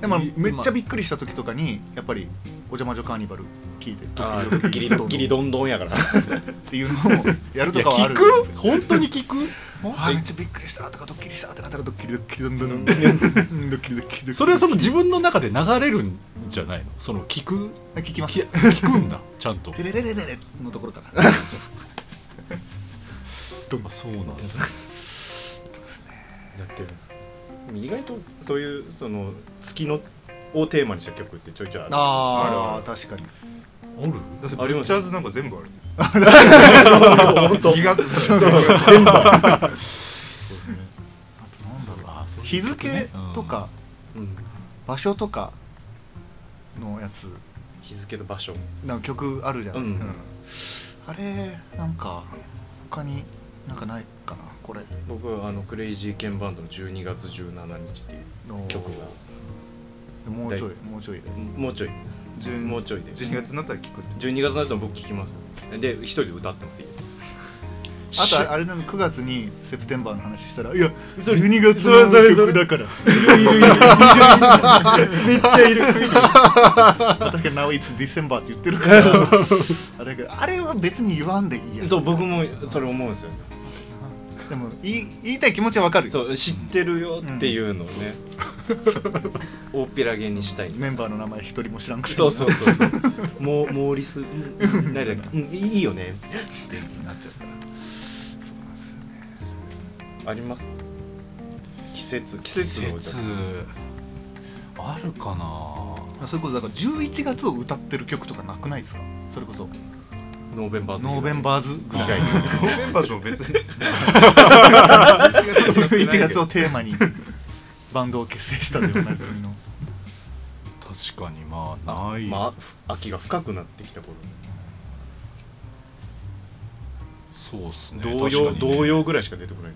Speaker 3: でも
Speaker 2: い
Speaker 3: めっち
Speaker 2: ま
Speaker 3: ゃびっくりした時とかにやっぱり「お邪魔女カーニバル」聞いて
Speaker 1: あ
Speaker 3: ド
Speaker 1: あ
Speaker 3: キ
Speaker 1: ギリ
Speaker 3: ドキ
Speaker 1: ドギリ
Speaker 3: ド
Speaker 1: どんどんやから
Speaker 3: ンっていうのをやる
Speaker 2: あい
Speaker 3: と
Speaker 2: や
Speaker 3: かはあ
Speaker 2: 聞
Speaker 3: る
Speaker 2: く本当に聞く
Speaker 3: *laughs* あめっちゃびっくりしたとかドッキリしたってなったらドッキリドッキリドンドンうんドッキリドッキリドッキリ
Speaker 2: それはその自分の中で流れるんじゃないのその聞く
Speaker 3: 聞きます
Speaker 2: き聞くんだちゃん
Speaker 3: *laughs*
Speaker 2: と
Speaker 3: テレレレレレのところから
Speaker 2: あそうなんですね
Speaker 1: やってるんですか意外とそういうその月のをテーマにした曲ってちょいちょいあるんですよ
Speaker 3: ああ確かに
Speaker 2: おる
Speaker 4: だって
Speaker 1: あり
Speaker 4: ブ
Speaker 1: ま
Speaker 4: ッ
Speaker 1: す
Speaker 4: チャーズなんか全部ある
Speaker 1: 本当
Speaker 4: 2月から全部
Speaker 3: あとなんだろ
Speaker 2: あそうう
Speaker 3: 日付とか
Speaker 1: うん
Speaker 3: 場所とかのやつ
Speaker 1: 日付と場所
Speaker 3: なんか曲あるじゃん、
Speaker 1: うん
Speaker 3: あれなんか他になんかないかなこれ
Speaker 1: 僕はあのクレイジーケンバンドの12月17日っていう
Speaker 3: の
Speaker 1: 曲が
Speaker 3: もうちょいもうちょいで
Speaker 1: もうちょい
Speaker 4: 12
Speaker 1: もうちょいで
Speaker 4: 12月になったら聞くって
Speaker 1: 12月のやつも僕聴きますよで一人で歌ってます
Speaker 3: あとあれなの9月にセプテンバーの話したらいや
Speaker 1: それ
Speaker 3: 12月の曲だから
Speaker 1: めっちゃいる
Speaker 3: 確かに Now it's December って言ってるからあれだけどあれは別に言わんでいいやん
Speaker 1: そう僕もそれ思うんですよ
Speaker 3: でも言い言いたい気持ちはわかるよ
Speaker 1: そう知ってるよっていうのを
Speaker 3: *laughs*
Speaker 1: ね、大っぴらげにしたい
Speaker 3: メンバーの名前一人も知らんくせに
Speaker 1: そうそうそうそうモーモーリス何だっけうんいいよね
Speaker 3: ってなっちゃうから
Speaker 1: あります季節季
Speaker 2: 季
Speaker 1: 節の歌
Speaker 2: 節あるかな
Speaker 3: まあそれこそだから11月を歌ってる曲とかなくないですかそれこそ
Speaker 1: ノーベンバーズ
Speaker 3: ノーベンバーズぐらい
Speaker 1: 以
Speaker 3: *laughs*
Speaker 1: 外に
Speaker 4: メンバーズも *laughs* 別に
Speaker 3: 11月をテーマにバンドを結成したんでおなじ
Speaker 1: *laughs*
Speaker 3: みの
Speaker 2: 確かにまあない、
Speaker 1: まあ秋が深くなってきた頃
Speaker 2: そうっすね
Speaker 1: 同様、
Speaker 2: 確かにね
Speaker 1: 同様ぐらいしか出てこない、
Speaker 2: う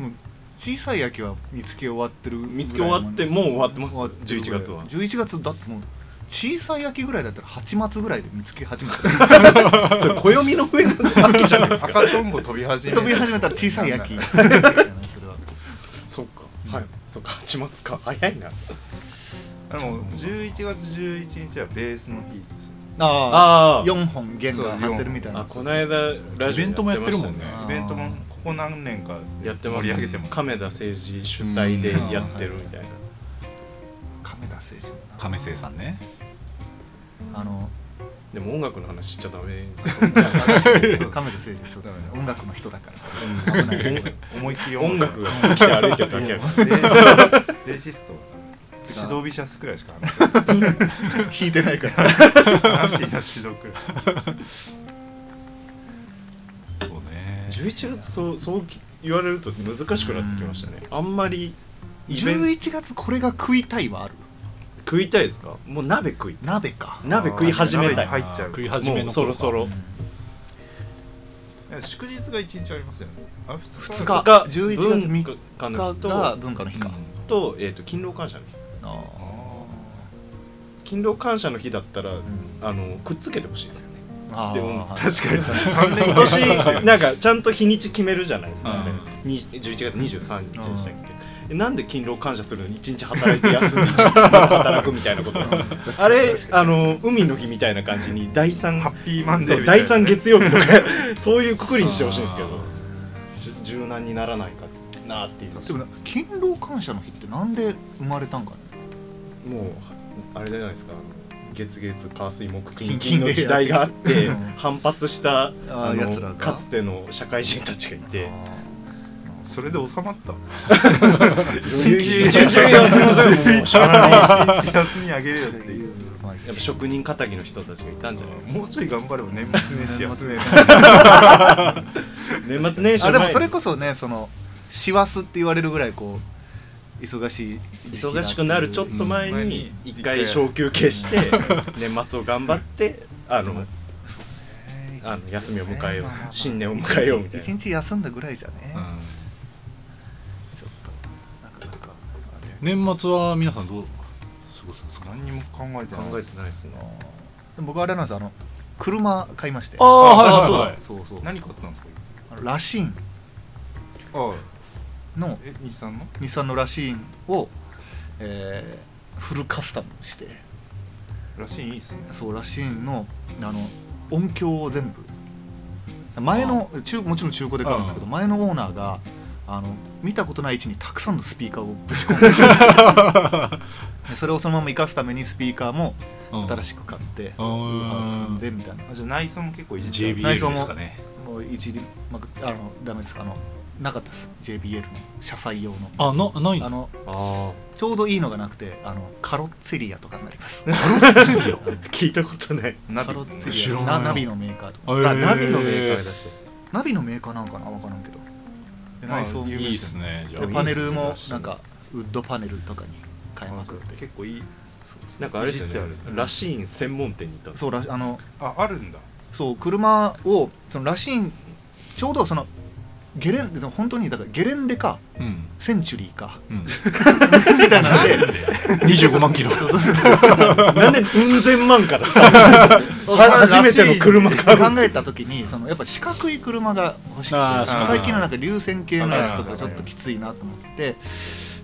Speaker 3: もう小さい秋は見つけ終わってる
Speaker 1: 見つけ終わってもう終わってます
Speaker 3: 終わってるぐ
Speaker 1: 11
Speaker 3: らい
Speaker 1: 月は
Speaker 3: 11月だってもう小さい秋ぐらいだったら8月ぐらいで見つけ始めた
Speaker 1: *laughs* それ暦の上の秋じゃないですか
Speaker 4: 赤トンボ飛び始め
Speaker 3: 飛び始めたら小さい秋
Speaker 4: なん
Speaker 3: それは
Speaker 1: そっか、はいそっか8月か早いな
Speaker 4: あの11月11日はベースの日です
Speaker 3: *laughs* あ
Speaker 1: あ
Speaker 3: あ4本弦が張ってるみたい
Speaker 1: あ
Speaker 3: な
Speaker 1: この間ラ
Speaker 2: イ
Speaker 1: ジオ
Speaker 2: ベントもやってるもんね
Speaker 3: あー
Speaker 4: イベントもここ何年か
Speaker 1: やってま
Speaker 4: 盛
Speaker 1: す
Speaker 4: り
Speaker 1: よ
Speaker 4: 上
Speaker 1: ね
Speaker 4: げてます
Speaker 1: 亀田誠治主体でやってるみたいな
Speaker 3: 亀田誠治もな
Speaker 2: 亀生さんね
Speaker 3: あの
Speaker 1: でも音楽の話しちゃダメ
Speaker 3: そう亀田誠治そうだね音楽の人だから危ない
Speaker 4: 思いっきり
Speaker 1: 音楽が来て歩いてるだけやか
Speaker 4: レイジスト指導ビシャスくらいしか話して
Speaker 3: 弾いてないから
Speaker 4: ない話してない指導くらい
Speaker 2: そうね
Speaker 1: ら11月そうそう言われると難しくなってきましたねあんまりイベント
Speaker 3: 11月これが食いたいはある
Speaker 1: 食いたいですかもう鍋食い
Speaker 3: 鍋か
Speaker 1: 鍋食い始めたい
Speaker 4: あー鍋入っちゃう
Speaker 2: 食い始め
Speaker 1: もう
Speaker 2: の
Speaker 1: そろそろ
Speaker 4: 祝日が一日ありますよねあ2
Speaker 3: 2
Speaker 4: 日
Speaker 3: 日
Speaker 1: が
Speaker 3: 11月
Speaker 1: 文
Speaker 3: 三
Speaker 1: 化の
Speaker 3: が
Speaker 1: 日と
Speaker 3: 文化の日
Speaker 2: か
Speaker 3: か、
Speaker 1: と,、えー、と勤労感謝の日
Speaker 3: ああ
Speaker 1: 勤労感謝の日だったらあのくっつけてほしいですよね
Speaker 3: ああ
Speaker 1: でも
Speaker 4: 確かに3
Speaker 1: 今
Speaker 4: 年
Speaker 1: *laughs* 年 *laughs* なんかちゃんと日にち決めるじゃないですか、
Speaker 2: うん
Speaker 1: に11月23日でしたっけなんで勤労感謝するのに1日働いて休んでまた働くみたいな *laughs* ことがあれあの海の日みたいな感じに第3
Speaker 4: ハッピーマンデー
Speaker 1: そう
Speaker 4: みたい
Speaker 1: 第
Speaker 4: な
Speaker 1: 3月曜日 *laughs* とかそういうくくりにしてほしいんですけどじゅ柔軟にならないかなっていう
Speaker 3: *laughs* でもな勤労感謝の日ってなんで生まれたん *laughs* かね
Speaker 1: もうあれじゃないですか月月火水木金
Speaker 3: 金
Speaker 1: 金の時代があ *laughs* って
Speaker 3: うん
Speaker 1: 反発した
Speaker 3: あー
Speaker 1: あの
Speaker 3: 奴らが
Speaker 1: かつての社会人たちがいて。
Speaker 4: それで収まった
Speaker 1: 一日休みませんもう
Speaker 4: 一日休みあげるよって
Speaker 3: って
Speaker 4: いう
Speaker 3: いうまあい
Speaker 1: やっぱ職人かたぎの人たちがいたんじゃないですか
Speaker 4: もうちょい頑張れば年末年始休める
Speaker 1: 年末年始
Speaker 3: あ
Speaker 1: の前
Speaker 3: でも
Speaker 1: に
Speaker 3: それこそねその師走って言われるぐらいこう忙しい時期だっていう
Speaker 1: 忙しくなるちょっと前
Speaker 4: うん前
Speaker 1: に
Speaker 4: に
Speaker 1: 一回小休憩して年末を頑張ってあのあの休みを迎えよう新年を迎えようみたいな
Speaker 3: 一日休んだぐらいじゃね、
Speaker 2: うん
Speaker 3: ちょっとなかなかあれ
Speaker 2: 年末は皆さんどう過ごすんですか
Speaker 4: 何にも考えてない
Speaker 1: 考えてないですね
Speaker 3: あーでも僕あれなんですあの車買いまして
Speaker 2: ああはいはいはい
Speaker 3: そうそう
Speaker 4: 何買ったんですか
Speaker 3: あのラシーン
Speaker 4: あ
Speaker 3: の
Speaker 4: え日産の
Speaker 3: 日産のラシーンを、えーフルカスタムして
Speaker 4: らしいいいっすね
Speaker 3: そうラシーンのあの音響を全部前の中もちろん中古で買うんですけど
Speaker 2: う
Speaker 3: 前のオーナーがあの見たことない位置にたくさんのスピーカーをぶち込んで
Speaker 1: *laughs*
Speaker 3: でそれをそのまま生かすためにスピーカーも
Speaker 2: うん
Speaker 3: 新しく買って、
Speaker 2: うー
Speaker 3: 積ん
Speaker 2: ん
Speaker 3: でみたいな
Speaker 4: あじゃあ内装も結構いじって
Speaker 2: JBL
Speaker 4: た
Speaker 3: 内装も
Speaker 2: ですかね
Speaker 3: もういじりまくあのダメですあのなかったです JBL の車載用の
Speaker 2: あなない
Speaker 3: あ
Speaker 2: の
Speaker 3: の
Speaker 1: あ
Speaker 3: ちょうどいいのがなくてあのカロッツェリアとかになります
Speaker 2: カロッツェリア
Speaker 1: あ *laughs* 聞いたことない
Speaker 4: ナ
Speaker 3: カ
Speaker 4: ビ
Speaker 3: ロッツ
Speaker 2: 知
Speaker 3: ェリ
Speaker 2: ら
Speaker 3: ア
Speaker 2: ない
Speaker 3: なナビのメーカーとか
Speaker 2: あ
Speaker 1: あナビのメーカーだし
Speaker 3: ナビのメーカーなんかな分からんけどで内装も
Speaker 4: まあ有名
Speaker 2: いいっすねじゃ
Speaker 3: で
Speaker 2: あ
Speaker 3: パネル
Speaker 4: いい
Speaker 3: も
Speaker 4: ですね
Speaker 3: なんかウッドパネルとかに変えまくって
Speaker 4: 結構いい
Speaker 1: なんかあれですよ
Speaker 4: いじ
Speaker 1: ね
Speaker 4: ってある
Speaker 1: ラシーン専門店に行ったんです
Speaker 3: そうらあの
Speaker 4: ああるんだ
Speaker 3: そう車をそのらしいんちょうどそのゲレンその本当にだからゲレンデか
Speaker 2: うん
Speaker 3: センチュリーか
Speaker 2: うん
Speaker 3: *laughs* みたいなので
Speaker 2: 25万キロ
Speaker 3: そうそうそう
Speaker 1: なんでうん千万からスタート初めての車買う
Speaker 3: 考えた時にそのやっぱ四角い車が欲しくて
Speaker 2: あー
Speaker 4: 四角い
Speaker 3: 最近のなんか流線形のやつとかちょっときついなと思って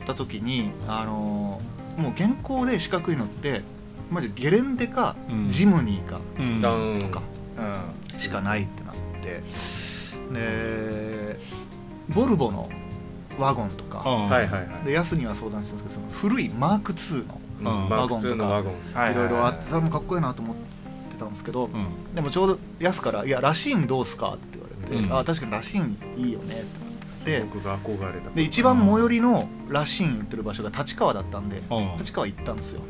Speaker 3: た時にあのーもう現行で四角いのってマジゲレンデか
Speaker 2: うん
Speaker 3: ジムニーか
Speaker 2: うん
Speaker 1: うん
Speaker 3: か
Speaker 4: うん
Speaker 3: しかないってなってでボルボのワゴンとか
Speaker 2: うん
Speaker 1: はいはいはい
Speaker 3: で安には相談したんですけどその古いマーク2の
Speaker 1: うん
Speaker 2: うん
Speaker 1: まあ
Speaker 3: ワゴン
Speaker 1: 普
Speaker 3: とか
Speaker 1: 通のワゴン
Speaker 3: いろいろあってそれもかっこいいなと思ってたんですけど
Speaker 2: うん
Speaker 3: でもちょうど安から「いやらしいんどうすか?」って言われて「
Speaker 2: うん
Speaker 3: あ確かにらしいんいいよね」ってなって
Speaker 1: 僕が憧れた
Speaker 3: で一番最寄りのらしいん売ってる場所が立川だったんで
Speaker 2: うん
Speaker 3: 立川行ったんですよ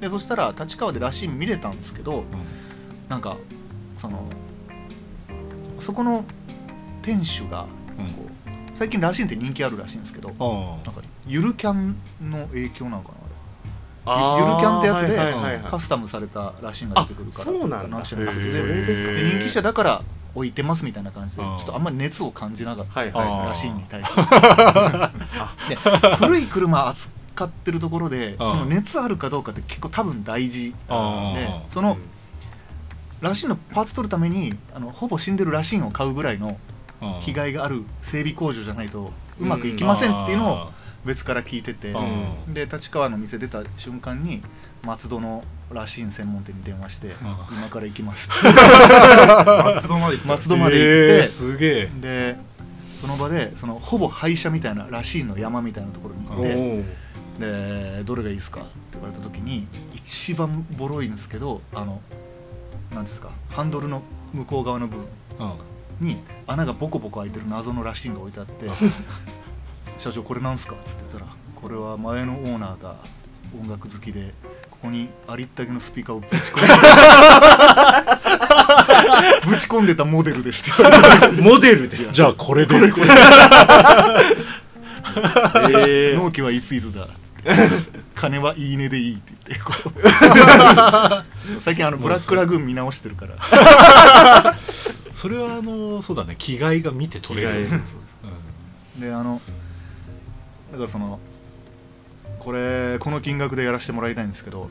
Speaker 3: でそしたら立川でらしいん見れたんですけど、なんかそのそこの店主が
Speaker 2: うん
Speaker 3: こう、最近らしいんって人気あるらしいんですけど
Speaker 2: うん
Speaker 3: なんかゆるキャンの影響なのかなあれ
Speaker 1: あー
Speaker 3: ゆるキャンってやつで
Speaker 1: はいはいはいはい
Speaker 3: カスタムされたらしいんが出てくるから
Speaker 1: あそうなんだ
Speaker 3: 話なんです
Speaker 2: へ
Speaker 3: けど
Speaker 2: ー
Speaker 3: でで人気者だから置いてますみたいな感じでち
Speaker 2: あ
Speaker 3: ょ
Speaker 2: ー
Speaker 3: っとあんまり熱を感じなかった
Speaker 1: はいはい
Speaker 2: あー
Speaker 3: らしいに対して *laughs* で古い車扱ってるところでそ
Speaker 2: あー
Speaker 3: の熱あるかどうかって結構多分大事
Speaker 2: あ
Speaker 3: で
Speaker 2: ー
Speaker 3: そのラシンのパーツ取るためにあのほぼ死んでるラシンを買うぐらいの
Speaker 2: うん
Speaker 3: 気概がある整備工場じゃないとうまくいきませんっていうのを別から聞いてて
Speaker 2: あー
Speaker 3: で立川の店出た瞬間に松戸のらしいん専門店に電話して「今から行きます」って
Speaker 4: *laughs* 松戸まで行った
Speaker 3: 松戸まで行
Speaker 2: えー
Speaker 3: っ
Speaker 2: すげえ
Speaker 3: てでその場でそのほぼ廃車みたいならしいの山みたいなところに行
Speaker 1: お
Speaker 3: って
Speaker 1: ー
Speaker 3: でどれがいいですかって言われた時に一番ボロいんですけどあの何ですかハンドルの向こう側の部分
Speaker 2: うん
Speaker 3: に穴がボコボコ開いてる謎のらしいのが置いてあって「社長これなんすか?」っつって言ったら「これは前のオーナーが音楽好きでここにありったけのスピーカーをぶち込んでぶち込んでたモデルです」って言われ
Speaker 1: モデルです
Speaker 2: じゃあこれで
Speaker 1: え
Speaker 3: て「
Speaker 1: *laughs* え
Speaker 3: 納期はいついつだ」金はいいねでいいって言ってこう最近あのブラックラグーン見直してるから
Speaker 2: それはあのそうだね気概が見て取れる
Speaker 1: 気概
Speaker 3: であのだからそのこれこの金額でやらせてもらいたいんですけど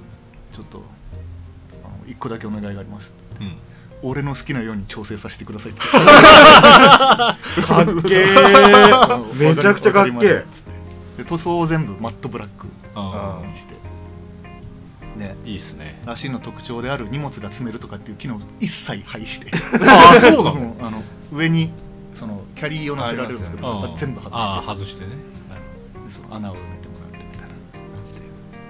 Speaker 3: ちょっとあの1個だけお願いがあります
Speaker 2: うんうん
Speaker 3: 俺の好きなように調整させてくださいって
Speaker 1: かっけ
Speaker 3: *laughs*
Speaker 1: ー
Speaker 3: あの
Speaker 1: めちゃくちゃかっ
Speaker 3: わりま
Speaker 1: け
Speaker 3: した
Speaker 1: え
Speaker 3: っつってで塗装を全部マットブラック
Speaker 2: あ
Speaker 3: にしてね
Speaker 2: ーいいっすね
Speaker 3: らしいの特徴である荷物が積めるとかっていう機能を一切廃して
Speaker 2: *laughs* ああそうなの
Speaker 3: もうあの上にそのキャリーを乗せられるんですけ
Speaker 2: う
Speaker 3: ど
Speaker 2: ん
Speaker 3: そこから全部外して
Speaker 2: ああ外してね
Speaker 3: でその穴を埋めてもらってみたいな感じで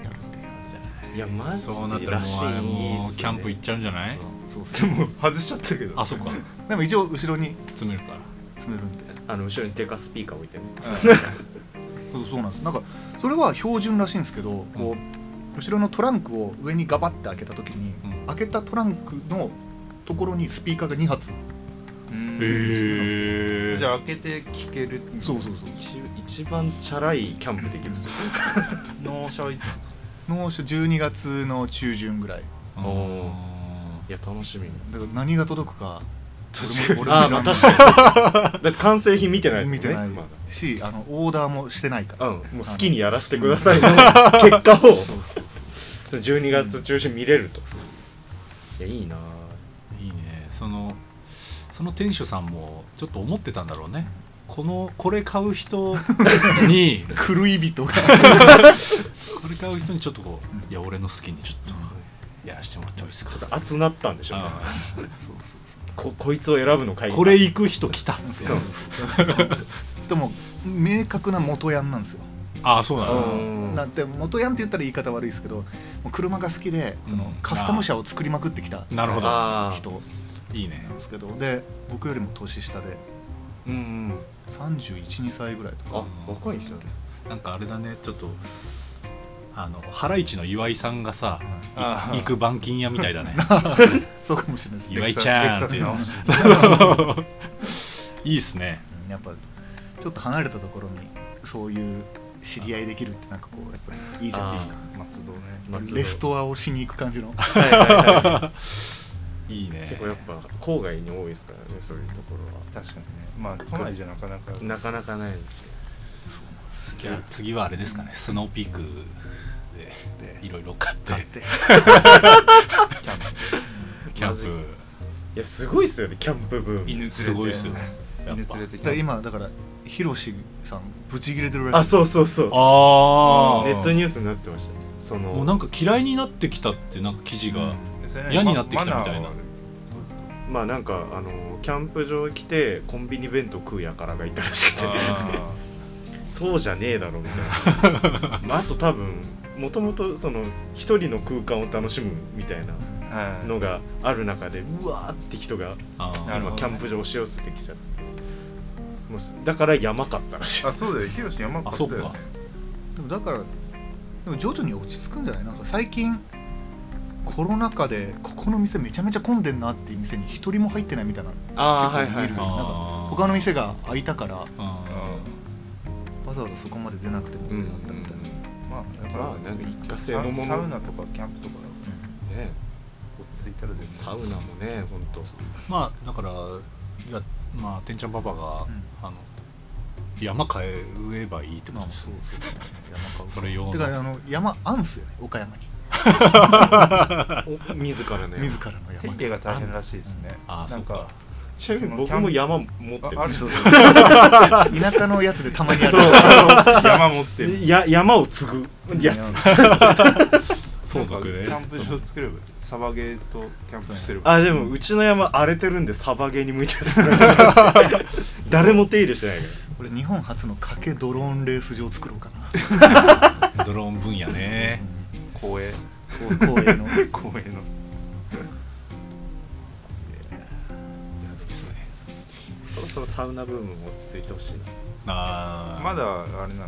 Speaker 3: やるっていう感じじゃない
Speaker 1: いやマジ
Speaker 2: そうなった
Speaker 1: で
Speaker 2: ら
Speaker 1: ら
Speaker 2: も
Speaker 1: し
Speaker 2: うあれ
Speaker 1: い
Speaker 2: もうキャンプ行っちゃうんじゃない
Speaker 3: そうそう
Speaker 4: でも外しちゃったけど
Speaker 2: あそっか
Speaker 3: でも一応後ろに
Speaker 2: 詰めるから
Speaker 3: 詰めるんで
Speaker 1: あの後ろにデカスピーカー置いてる
Speaker 3: そうそうなんですなんかそれは標準らしいんですけどこう、後ろのトランクを上にガバッて開けた時に、
Speaker 2: うん
Speaker 3: 開けたトランクのところにスピーカーが2発
Speaker 4: うん
Speaker 2: へえ
Speaker 4: じゃあ開けて聞ける
Speaker 3: そうそうそう
Speaker 1: 一一番チャラいキャンプできるんですよ
Speaker 4: 納車はいつですか
Speaker 3: の12月の中旬ぐらい
Speaker 2: あ
Speaker 1: いや楽しみ
Speaker 3: だから何が届くか俺も
Speaker 1: ああ
Speaker 3: 俺
Speaker 1: まあ
Speaker 3: も知
Speaker 1: 確
Speaker 3: らん
Speaker 1: かにだって完成品見てないですもん
Speaker 3: 見
Speaker 1: ね
Speaker 3: てない
Speaker 1: ま
Speaker 3: しあのオーダーもしてないか
Speaker 1: だ
Speaker 3: ら、
Speaker 1: うんもう好きにやらせてくださいの結果を *laughs* その12月中旬見れるといやいいなぁ
Speaker 2: いいねそのその店主さんもちょっと思ってたんだろうねこのこれ買う人 *laughs* に
Speaker 3: 狂い人が
Speaker 2: これ買う人にちょっとこういや俺の好きにちょっとやらしてもらってもいいですか
Speaker 1: ちょっと熱なったんでしょうね
Speaker 2: あ
Speaker 1: ここいつを選ぶの会
Speaker 2: ー
Speaker 1: 議
Speaker 2: これ行く人来たって
Speaker 3: そうでも明確な元ヤンなんですよ
Speaker 2: ああそうなんだ
Speaker 1: うん
Speaker 3: だって元ヤンって言ったら言い方悪いですけどもう車が好きでその
Speaker 2: うん
Speaker 3: カスタム車を作りまくってきた
Speaker 2: なるほど
Speaker 1: ああ
Speaker 3: 人なん
Speaker 2: いいね
Speaker 3: ですけどで僕よりも年下で
Speaker 1: うんうん
Speaker 3: 312歳ぐらいとか
Speaker 1: あ若い人だね
Speaker 2: なんかあれだねちょっとあのハライチの岩井さんがさい
Speaker 4: あー
Speaker 2: 行く板金屋みたいだね
Speaker 3: そうかもしれないですね
Speaker 2: 岩井ちゃんっていうの
Speaker 4: レクサス
Speaker 2: *laughs* いいっすね
Speaker 3: うんやっぱちょっと離れたところにそういう知り合いできるってなんかこうやっぱりいいじゃないですか
Speaker 4: 松戸ね
Speaker 1: 松戸
Speaker 3: レストアをしに行く感じの
Speaker 1: はいはいはい
Speaker 2: いいね
Speaker 1: 結 *laughs* 構やっぱ郊外に多いですからねそういうところは
Speaker 4: 確かにねまあ都内じゃなかなか
Speaker 1: なかなかないんですよ
Speaker 2: じゃあ次はあれですかねスノーピークで
Speaker 3: で
Speaker 2: いろいろ買って
Speaker 3: で
Speaker 2: キャン
Speaker 1: ま
Speaker 2: プ
Speaker 1: いやすごいっすよねキャンプブーム
Speaker 4: 犬連れて
Speaker 2: すごいっすよや
Speaker 4: 犬
Speaker 2: っ
Speaker 4: 連
Speaker 2: ぱ
Speaker 4: れてき
Speaker 3: だから
Speaker 4: て
Speaker 3: 今だからヒロシさんブチギレてるら
Speaker 1: あ
Speaker 3: しい
Speaker 1: そうそうそう
Speaker 2: あ
Speaker 1: ネット
Speaker 2: に
Speaker 1: ニュースになってましたねその
Speaker 2: もうなんか嫌いになってきたってなんか記事が
Speaker 4: それね
Speaker 2: 嫌になってきたみたいな
Speaker 4: マナーは
Speaker 1: まあなんかあのキャンプ場来てコンビニ弁当食うやからがいたらしくて
Speaker 4: あ
Speaker 1: そうじゃねえだろみたい *laughs* な、まあ、あと多分もともとその一人の空間を楽しむみたいな
Speaker 4: ーはい
Speaker 1: のがある中でうわーって人が
Speaker 2: あー
Speaker 4: なる
Speaker 1: 今
Speaker 4: ほどね
Speaker 1: キャンプ場押し寄せてきちゃってもうだからやばかったらしい
Speaker 4: あ
Speaker 1: です
Speaker 4: そうだよヒロシ山
Speaker 2: あ
Speaker 4: 買
Speaker 2: そ
Speaker 4: っ
Speaker 2: った
Speaker 4: よ
Speaker 2: か
Speaker 3: でもだからでも徐々に落ち着くんじゃないなんか最近コロナ禍でここの店めちゃめちゃ混んでんなっていう店に一人も入ってないみたいな
Speaker 1: あー
Speaker 3: 結構見る
Speaker 1: はいはい
Speaker 3: なんか
Speaker 2: あー
Speaker 3: 他の店が開いたから
Speaker 2: あ
Speaker 3: わざわざそこまで出なくても
Speaker 1: うん
Speaker 3: よかったみたいな、
Speaker 4: まあやっ
Speaker 1: ま
Speaker 4: ぱ
Speaker 1: あなんか一過性
Speaker 4: サ
Speaker 1: の
Speaker 4: ウ
Speaker 1: もの
Speaker 4: サウナとかキャンプとか
Speaker 1: ね
Speaker 4: 落ち着いたら全
Speaker 1: サ
Speaker 4: 然
Speaker 1: ウナもね本当
Speaker 2: ーまあだからいやまあてんちゃんパパが、
Speaker 3: うん
Speaker 2: あの山買え植えばいいってこ
Speaker 3: ま
Speaker 2: と
Speaker 3: あ
Speaker 2: です
Speaker 3: そ
Speaker 2: よ
Speaker 3: う
Speaker 2: ね
Speaker 3: そう山買う
Speaker 2: それ用の
Speaker 3: てかあの山あんすよね岡山に
Speaker 1: *laughs* お自ら *laughs* ね
Speaker 3: 自らの
Speaker 4: 手
Speaker 3: 山
Speaker 4: 入れが大変らしいですね
Speaker 2: あー
Speaker 4: なんか
Speaker 1: ちなみに僕も山持って
Speaker 4: あ
Speaker 1: る
Speaker 4: あ
Speaker 1: んです
Speaker 3: そ
Speaker 1: よ
Speaker 3: うそう田舎のやつでたまにある
Speaker 4: 山持ってる
Speaker 1: や山を継ぐやつ
Speaker 2: 相続で
Speaker 4: キャンプ場作ればいいサバゲーとキャンプしてれば
Speaker 1: あでもうちの山荒れてるんでサバゲーに向いて *laughs* る誰も手入れしてないか
Speaker 3: 俺日本初の賭けドローンレース場作ろうかな
Speaker 2: ドローン分野ね
Speaker 4: 公営
Speaker 3: 公営の
Speaker 4: 公営の
Speaker 2: いいっすね
Speaker 1: らそろそろサウナブームも落ち着いてほしいな
Speaker 2: あー
Speaker 4: まだあれなの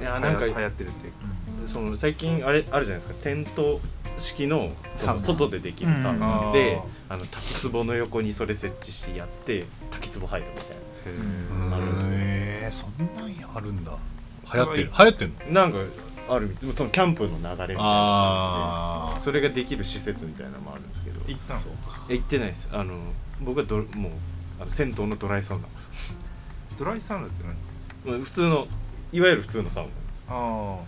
Speaker 1: いやな
Speaker 4: なんんか流行
Speaker 1: か
Speaker 4: ってるっていうか
Speaker 1: その最近あれあるじゃないですかテント式のそ
Speaker 3: サウ
Speaker 1: の
Speaker 3: ナ
Speaker 1: 外でできるサウ
Speaker 4: う
Speaker 1: ナ
Speaker 4: ん
Speaker 1: で
Speaker 4: あ
Speaker 1: あの滝壺の横にそれ設置してやって滝壺入るみたい
Speaker 4: へ
Speaker 2: う
Speaker 4: ー
Speaker 2: ん
Speaker 1: あるんですね
Speaker 2: へえそんなんやあるんだ流行ってる流行ってんの
Speaker 1: ななんかあるみたいそのキャンプの流れみたいな感
Speaker 2: あ
Speaker 1: じでそれができる施設みたいなのもあるんですけど
Speaker 4: 行ったの
Speaker 1: え行ってないですあの僕はドラもうあの銭湯のドライサウナ
Speaker 4: ドライサウナって何
Speaker 1: まあ普通のいわゆる普通のサウナです
Speaker 4: あ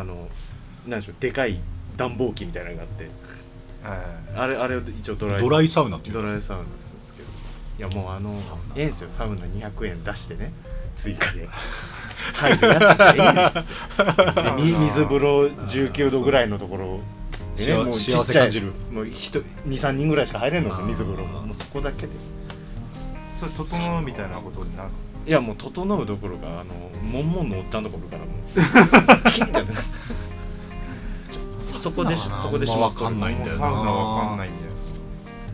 Speaker 1: あのなんでしょうでかい暖房機みたいなのがあって
Speaker 4: あはい
Speaker 1: あれあれを一応ドライ
Speaker 2: ドライサウナっていう
Speaker 1: ド
Speaker 2: の
Speaker 1: ライサウナって言うんですけどいやもうあの
Speaker 2: サウナ
Speaker 1: ええんすよサウナ200円出してね追加で入るやつがいいんですでみ水風呂19度ぐらいのところで
Speaker 2: 幸
Speaker 1: もうちっちゃい
Speaker 2: 幸せ感じる
Speaker 1: もう23人ぐらいしか入れんのですよ水風呂ももうそこだけで
Speaker 4: それ整うみたいなことになるの
Speaker 1: いやもう整うどころかあのモンモンのおっちゃんところからもう
Speaker 2: *laughs*
Speaker 1: キーッてなるそこでしそこでしま
Speaker 2: わ
Speaker 1: っと
Speaker 2: か
Speaker 1: る
Speaker 2: んないんだよな
Speaker 4: もうサウナわかんないんだよ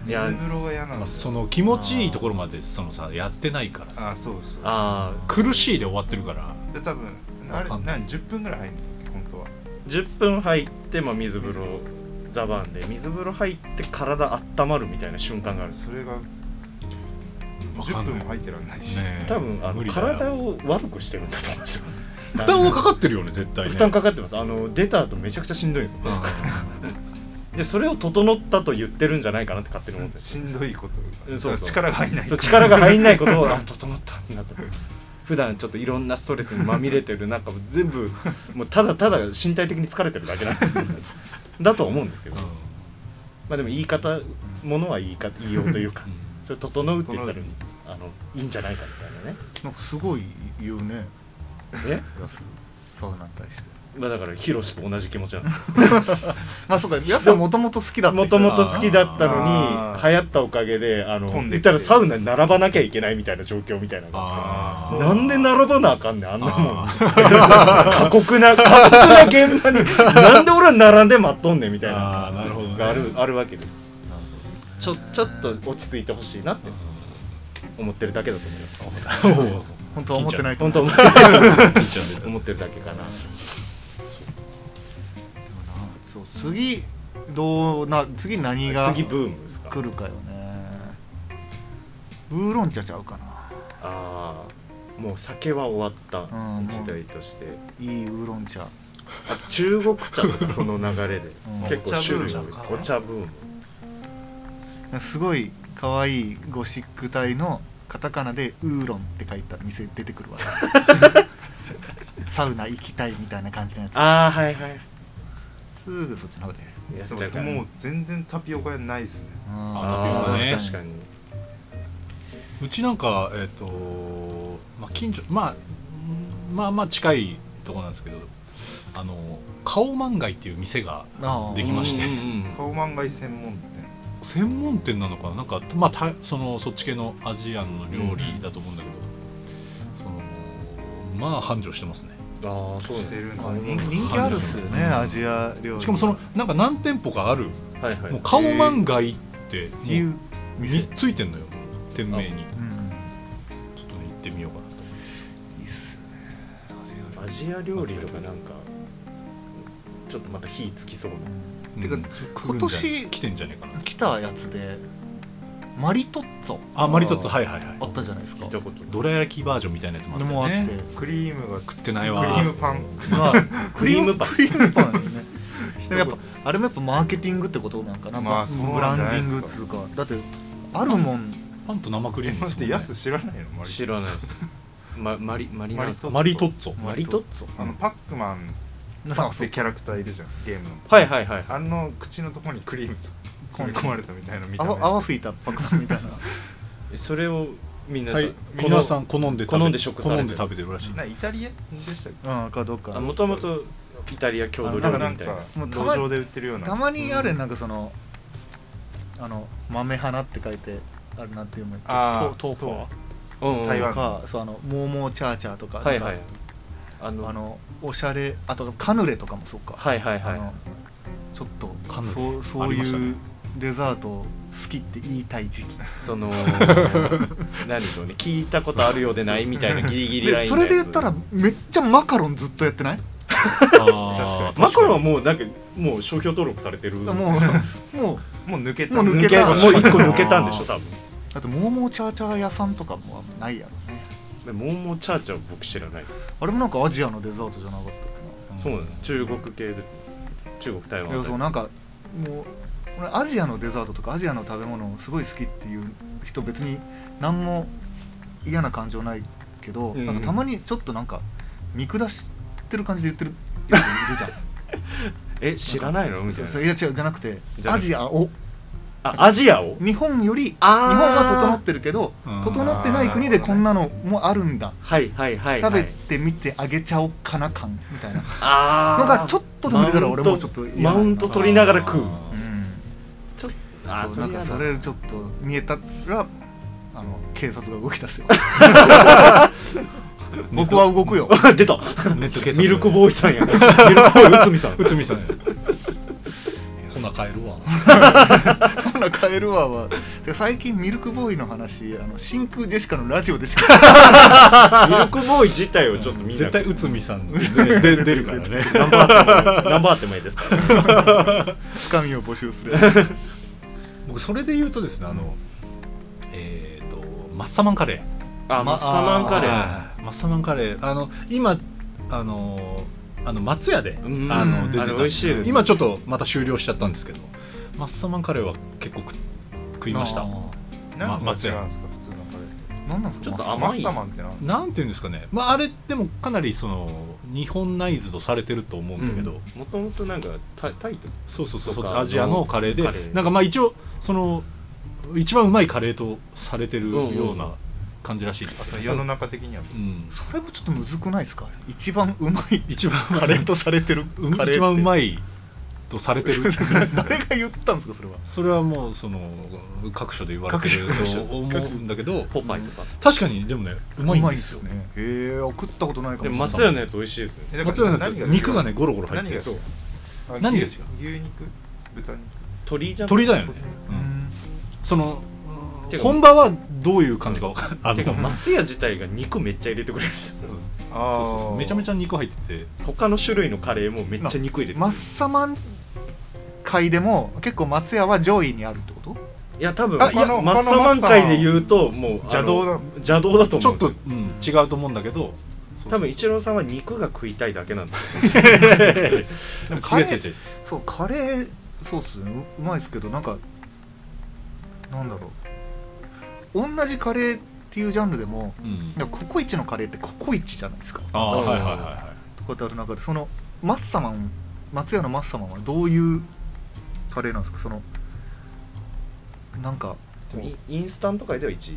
Speaker 1: いや
Speaker 4: 水風呂が嫌なの
Speaker 2: まあその気持ちいいところまでそのさやってないから
Speaker 4: あ
Speaker 2: さ
Speaker 4: あそうそう
Speaker 1: ああ
Speaker 2: 苦しいで終わってるから
Speaker 4: で多分あ
Speaker 2: わ
Speaker 4: れ
Speaker 2: かんない
Speaker 4: 何10分ぐらい入るんだっけ本当は
Speaker 1: 10分入って、まあ、水風呂ザバンで水風呂入って体温まるみたいな瞬間があるんですよ
Speaker 4: それが
Speaker 2: わかんな
Speaker 4: 10
Speaker 2: い
Speaker 4: 分も入ってらんないし、
Speaker 2: ねえ
Speaker 1: 多分あ
Speaker 2: 無
Speaker 1: の
Speaker 2: 理だな
Speaker 1: 体を悪くしてるんだと思うんですよ
Speaker 2: *laughs* 負担はかかってるよね絶対ね
Speaker 1: 負担かかってますあの出た後めちゃくちゃしんどいんですよでそれを整ったと言ってるんじゃないかなって勝手に思ってる
Speaker 4: しんどいこと
Speaker 1: うんそうそう
Speaker 4: 力が入んない
Speaker 1: そう力が入んないこと
Speaker 4: *laughs*
Speaker 1: をあ整ったってなった普段ちょっといろんなストレスにまみれてる中全部もうただただ身体的に疲れてるだけなんです
Speaker 4: *laughs*
Speaker 1: よだと思うんですけどまあでも言い方ものは言い方言いようというかそれ整うって言ったらあのいいんじゃないかみ
Speaker 3: なんかすごい言うね
Speaker 1: たいなねね
Speaker 3: やすサウナに対して
Speaker 1: まあだからヒロシと同じ気持ちなんです
Speaker 3: まあそうかやすはもともと好きだった
Speaker 1: もともと好きだったの
Speaker 4: あ
Speaker 1: に
Speaker 4: ー
Speaker 1: 流行ったおかげであの
Speaker 4: 混ん
Speaker 1: 言っ
Speaker 4: できて
Speaker 1: たらサウナに並ばなきゃいけないみたいな状況みたいなのが
Speaker 2: あー
Speaker 1: なんで並ばなあかんねんあんなもん
Speaker 2: あ
Speaker 1: *laughs* 過酷な過酷な現場になんで俺は並んで待っとんねんみたいな
Speaker 2: あーなるほどね
Speaker 1: があるあるわけですちょちょっと落ち着いてほしいなって思ってるだけだと思います
Speaker 2: おー
Speaker 3: 本当は思ってないと
Speaker 1: 本
Speaker 3: 思
Speaker 1: 当
Speaker 3: う
Speaker 1: 思
Speaker 2: 聞いちゃうね
Speaker 1: 思ってるだけかな
Speaker 3: そう次どうな次何が
Speaker 1: 次ブームですか
Speaker 3: 来るかよねウーロン茶ちゃうかな
Speaker 1: ああもう酒は終わった
Speaker 3: うんもう
Speaker 1: 時代として
Speaker 3: いいウーロン茶
Speaker 1: あと中国茶とかその流れで
Speaker 3: うん
Speaker 1: 結構種類が多いですお
Speaker 2: お
Speaker 1: 茶ブーム
Speaker 3: すごい可愛いゴシック体のカタカナで「ウーロン」って書いた店出てくるわサウナ行きたいみたいな感じのや
Speaker 1: ああはいはい
Speaker 3: つすぐそっちの方で
Speaker 1: やっち
Speaker 4: そ
Speaker 1: ゃ
Speaker 4: う
Speaker 1: うから
Speaker 4: もう全然タピオカないですね
Speaker 2: あタピオカね
Speaker 1: 確かに
Speaker 2: うちなんかえっ、とまあ近所まあうんまあまあ近いとこなんですけどあのカオマンガイっていう店が
Speaker 3: あー
Speaker 2: できまして
Speaker 1: うんうんうん
Speaker 4: 顔漫画専門店
Speaker 2: 専門店なのかななんかまあたそのそっち系のアジアンの料理だと思うんだけど、そのまあ繁盛してますね
Speaker 1: ああそう
Speaker 4: して
Speaker 1: ね
Speaker 4: る
Speaker 3: まあ
Speaker 4: の
Speaker 3: 人
Speaker 4: に
Speaker 3: 人気あるっすよね
Speaker 2: うん
Speaker 3: アジア料理
Speaker 2: しかもそのなんか何店舗かある
Speaker 1: はいはい
Speaker 2: もう顔マンガイって
Speaker 3: い
Speaker 2: もう
Speaker 3: う
Speaker 2: み
Speaker 3: 店
Speaker 2: ついてんのよ店名に
Speaker 3: う
Speaker 2: ち
Speaker 3: ん
Speaker 2: ょっとね行ってみようかなと思って
Speaker 3: いいっすよねアジア料
Speaker 1: アジア料理とかなんかちょっとまた火つきそうな
Speaker 2: うん
Speaker 3: てか
Speaker 2: ちょっと来るんじゃ
Speaker 3: 今年
Speaker 2: 来てんじゃねえかな
Speaker 3: 理来たやつでマリトッツォ
Speaker 2: あマリトッツォ
Speaker 3: あ
Speaker 2: はいはいはい
Speaker 3: ったじゃないですか
Speaker 1: 聞い
Speaker 3: で
Speaker 1: たこと
Speaker 2: どら焼きバージョンみたいなやつもあった
Speaker 3: も
Speaker 2: よ
Speaker 3: あって
Speaker 2: ね
Speaker 4: クリームが
Speaker 2: 食ってないわ
Speaker 4: クリームパン
Speaker 3: まあ
Speaker 1: クリームパン
Speaker 3: クリームパンだよねでも
Speaker 4: *laughs*
Speaker 3: やっぱあれもやっぱマーケティングってことなんかな、
Speaker 4: まあ
Speaker 3: ブ
Speaker 4: そう
Speaker 3: ブ
Speaker 4: な
Speaker 3: ランデ
Speaker 4: んじゃない
Speaker 3: ィ
Speaker 4: で
Speaker 3: ングっ
Speaker 4: すか
Speaker 3: つうかだってあるもん
Speaker 2: パンと生クリー
Speaker 4: え
Speaker 2: ム
Speaker 4: 待ってヤス知らないのマリ
Speaker 1: 知らないですまマリマリナ
Speaker 4: マ
Speaker 2: マリトッツォ
Speaker 1: マリトッツォ
Speaker 4: あのパックマン
Speaker 3: な
Speaker 4: パ
Speaker 3: さ
Speaker 4: ンってキャラクターいるじゃんゲームの
Speaker 1: はいはいはい
Speaker 4: あの口のとこにクリームつ詰め込まれたみたいな見た目
Speaker 3: 泡泡吹いたパックマンみたいな
Speaker 1: それをみんな
Speaker 2: はい皆さん好んで食べ
Speaker 1: 好んで食されてる
Speaker 2: 好んで食べてるらしい
Speaker 4: なイタリアでしたっ *laughs*
Speaker 3: うんかどうか
Speaker 1: もともとイタリア郷
Speaker 4: け
Speaker 1: 土料
Speaker 4: なんか
Speaker 1: 理
Speaker 4: な
Speaker 1: み
Speaker 4: ん
Speaker 1: たいな
Speaker 4: か
Speaker 3: もうた
Speaker 4: 路
Speaker 3: ま
Speaker 4: 上で売ってるような
Speaker 3: たまにあれなんかそのあの豆花って書いてあるなっていうのも
Speaker 4: あー
Speaker 3: トーフォ
Speaker 1: うんうん
Speaker 4: 台
Speaker 3: ーと
Speaker 4: 湾
Speaker 3: かそうあのモーモーチャーチャーとか
Speaker 1: はいはい
Speaker 3: なんか
Speaker 1: あの
Speaker 3: あのおしゃれあとカヌレとかもそうか
Speaker 1: はいはいは
Speaker 3: あ
Speaker 1: い
Speaker 3: のちょっ
Speaker 2: カ
Speaker 3: と
Speaker 2: ヌレ
Speaker 3: そうそう
Speaker 2: ありました
Speaker 3: い
Speaker 2: ね
Speaker 3: うデザートを好きって言いたい時期
Speaker 1: そ
Speaker 3: *laughs*
Speaker 1: の何でしょうね聞いたことあるようでないみたいなギリギリライ
Speaker 3: で
Speaker 1: ン
Speaker 3: そ
Speaker 1: のや
Speaker 3: れ
Speaker 1: つ
Speaker 3: で言ったらめっちゃマカロンずっとやってない
Speaker 2: あー
Speaker 1: マカロンはもうなんかもう商標登録されてる
Speaker 3: もうもう *laughs*
Speaker 4: もう抜けた
Speaker 3: もう抜
Speaker 1: 抜
Speaker 3: け
Speaker 1: け
Speaker 3: た
Speaker 1: たもう一個抜けたんでしょ多分
Speaker 3: だってモーモーチャーチャー屋さんとかもあんまないやろね
Speaker 1: でモーモーチャーチャーは僕知らない
Speaker 3: あれもなんかアジアのデザートじゃなかったか
Speaker 1: そうなんです中国系で中国台
Speaker 3: ないや
Speaker 1: 湾
Speaker 3: そうなんかもう俺アジアのデザートとかアジアの食べ物すごい好きっていう人別に何も嫌な感情ないけど、
Speaker 1: うんうん
Speaker 3: なんかたまにちょっとなんか見下してる感じで
Speaker 1: *laughs*
Speaker 3: 言ってるやついるじゃん
Speaker 1: え知らないのみたいな
Speaker 3: そういや違うじゃなくて
Speaker 1: じゃな
Speaker 3: ア
Speaker 1: くて
Speaker 3: ジアを
Speaker 1: あアジアを
Speaker 3: 日本より日本
Speaker 1: あー
Speaker 3: は整ってるけど
Speaker 2: うん
Speaker 3: 整ってない国でこんなのもあるんだ
Speaker 1: はいはいはい、はい、
Speaker 3: 食べてみてあげちゃおっかな感みた
Speaker 1: *laughs*
Speaker 3: いな
Speaker 1: あ
Speaker 3: のがちょ
Speaker 1: っ
Speaker 3: っとでも出たら俺もちょっと嫌
Speaker 1: マウント取りながら食う
Speaker 2: あ
Speaker 3: う
Speaker 1: あ
Speaker 3: ん
Speaker 1: ー
Speaker 3: そうなんかそ
Speaker 1: れや
Speaker 3: れちょっと見えたらあの警察が動き出
Speaker 2: *laughs*
Speaker 3: すよ
Speaker 2: ー
Speaker 3: 僕は動くよ
Speaker 1: だ *laughs* 出た
Speaker 2: ネット検索
Speaker 1: ミル
Speaker 2: *laughs*
Speaker 1: クボーイさ
Speaker 3: *laughs*
Speaker 1: んやミルクボーイ内海さん
Speaker 2: *laughs* 内海さんやほな帰るわ
Speaker 3: なカエルワはてか最近ミルクボーイの話あの真空ジェシカのラジオでし
Speaker 2: *laughs*
Speaker 3: か
Speaker 1: ミルクボーイ自体をちょっと見な
Speaker 2: 絶
Speaker 1: くて
Speaker 2: 対内海さんの出出るからね
Speaker 1: ナンバーナンバーってもいい
Speaker 3: *laughs*
Speaker 1: ですから、ね、
Speaker 3: つかみを募集する
Speaker 2: *laughs* 僕それで言うとですねあのえっ、とマッサマンカレー
Speaker 1: あマッサマンカレー
Speaker 2: はいマッサマンカレーあの今あのあの松屋で、
Speaker 1: うん
Speaker 2: あの出て
Speaker 1: あ
Speaker 2: た
Speaker 1: れ
Speaker 2: ん
Speaker 1: 美味しいですね
Speaker 2: 今ちょっとまた終了しちゃったんですけどマッサマンカレーは結構食食いましたま
Speaker 4: 何が
Speaker 2: 松
Speaker 4: 違
Speaker 2: 屋
Speaker 4: うんですか普通のカレ
Speaker 3: 何なんですか
Speaker 1: ちょっと
Speaker 4: ー
Speaker 1: 甘い
Speaker 4: マッサマンってなんですか
Speaker 2: なんていうんですかねまああれでもかなりその日本ナイズドされてると思うんだけど、
Speaker 1: もともとなんかタタイと
Speaker 2: そうそうそう
Speaker 1: とか
Speaker 2: そうアジアのカレーで
Speaker 1: カレー
Speaker 2: なんかまあ一応その一番うまいカレーとされてる
Speaker 1: うんうん
Speaker 2: ような感じらしいで
Speaker 4: あ
Speaker 2: す
Speaker 4: そ
Speaker 2: よ
Speaker 4: の世の中的には
Speaker 2: うん
Speaker 3: それもちょっとむずくないですか一番うまい
Speaker 2: 一番
Speaker 3: カレーとされてる
Speaker 2: *laughs* うん
Speaker 3: カレーって
Speaker 2: 一番うまいとされ
Speaker 1: *laughs*
Speaker 2: てる
Speaker 3: *laughs* 誰が言ったんですかそれは
Speaker 2: それはもうその各所で言われてる
Speaker 3: 各所
Speaker 2: と思うんだけど
Speaker 1: ポパイとか、
Speaker 2: 確かにでもねうまいんですよ
Speaker 3: うまいっすよねへえ食ったことないかも
Speaker 1: でも
Speaker 3: し
Speaker 1: 松
Speaker 3: れ
Speaker 1: 屋
Speaker 3: ない
Speaker 1: のやつ美味しいですね
Speaker 4: えだ
Speaker 2: も
Speaker 4: か
Speaker 2: ちろ
Speaker 4: ら
Speaker 2: んです
Speaker 4: 何が違
Speaker 2: よ
Speaker 4: う
Speaker 2: 肉がねゴロゴロ入っ
Speaker 4: 何
Speaker 2: て
Speaker 4: が違
Speaker 2: る
Speaker 4: うあ
Speaker 2: 何が違う
Speaker 4: 牛牛肉豚肉
Speaker 1: 鳥じゃん
Speaker 2: 鳥だよね、う
Speaker 3: うんん
Speaker 2: その
Speaker 1: てか
Speaker 2: 本場はどういう感じか分かんないあ
Speaker 1: て
Speaker 2: の
Speaker 1: か松屋自体が肉めっちゃ入れてくれるんですよ
Speaker 2: そうそうそうめちゃめ
Speaker 4: ち
Speaker 2: ちゃ肉入ってて
Speaker 1: 他の種類のカレーもめっちゃ肉入れてくれ
Speaker 3: マ
Speaker 1: る
Speaker 3: ッサマン界でも結構松屋は上位にあるってこと
Speaker 1: いや多分
Speaker 4: あいや
Speaker 1: このマッサマン界で言うともう
Speaker 4: 邪道だ
Speaker 1: あの邪道だと
Speaker 2: ち
Speaker 1: 思う
Speaker 2: ょ
Speaker 1: ん
Speaker 2: っ
Speaker 1: です
Speaker 2: と、
Speaker 1: よ
Speaker 2: うん、違うと思うんだけど
Speaker 1: 多分一郎さんは肉が食いたいだけなんだ
Speaker 2: そうそうそう違う違う
Speaker 3: でもカレー
Speaker 2: 違う
Speaker 3: そうカレーそうっすねううまいですけどなんかなんだろう同じカレーっていうジャンルでも
Speaker 2: うん
Speaker 3: いやココイチのカレーってココイチじゃないですか
Speaker 2: ああ
Speaker 1: うん
Speaker 2: はいはいはいは
Speaker 3: とかってある中でそのマッサマン松屋のマッサマンはどういうカレーなんですかそのなんか
Speaker 1: イインスタント界では1位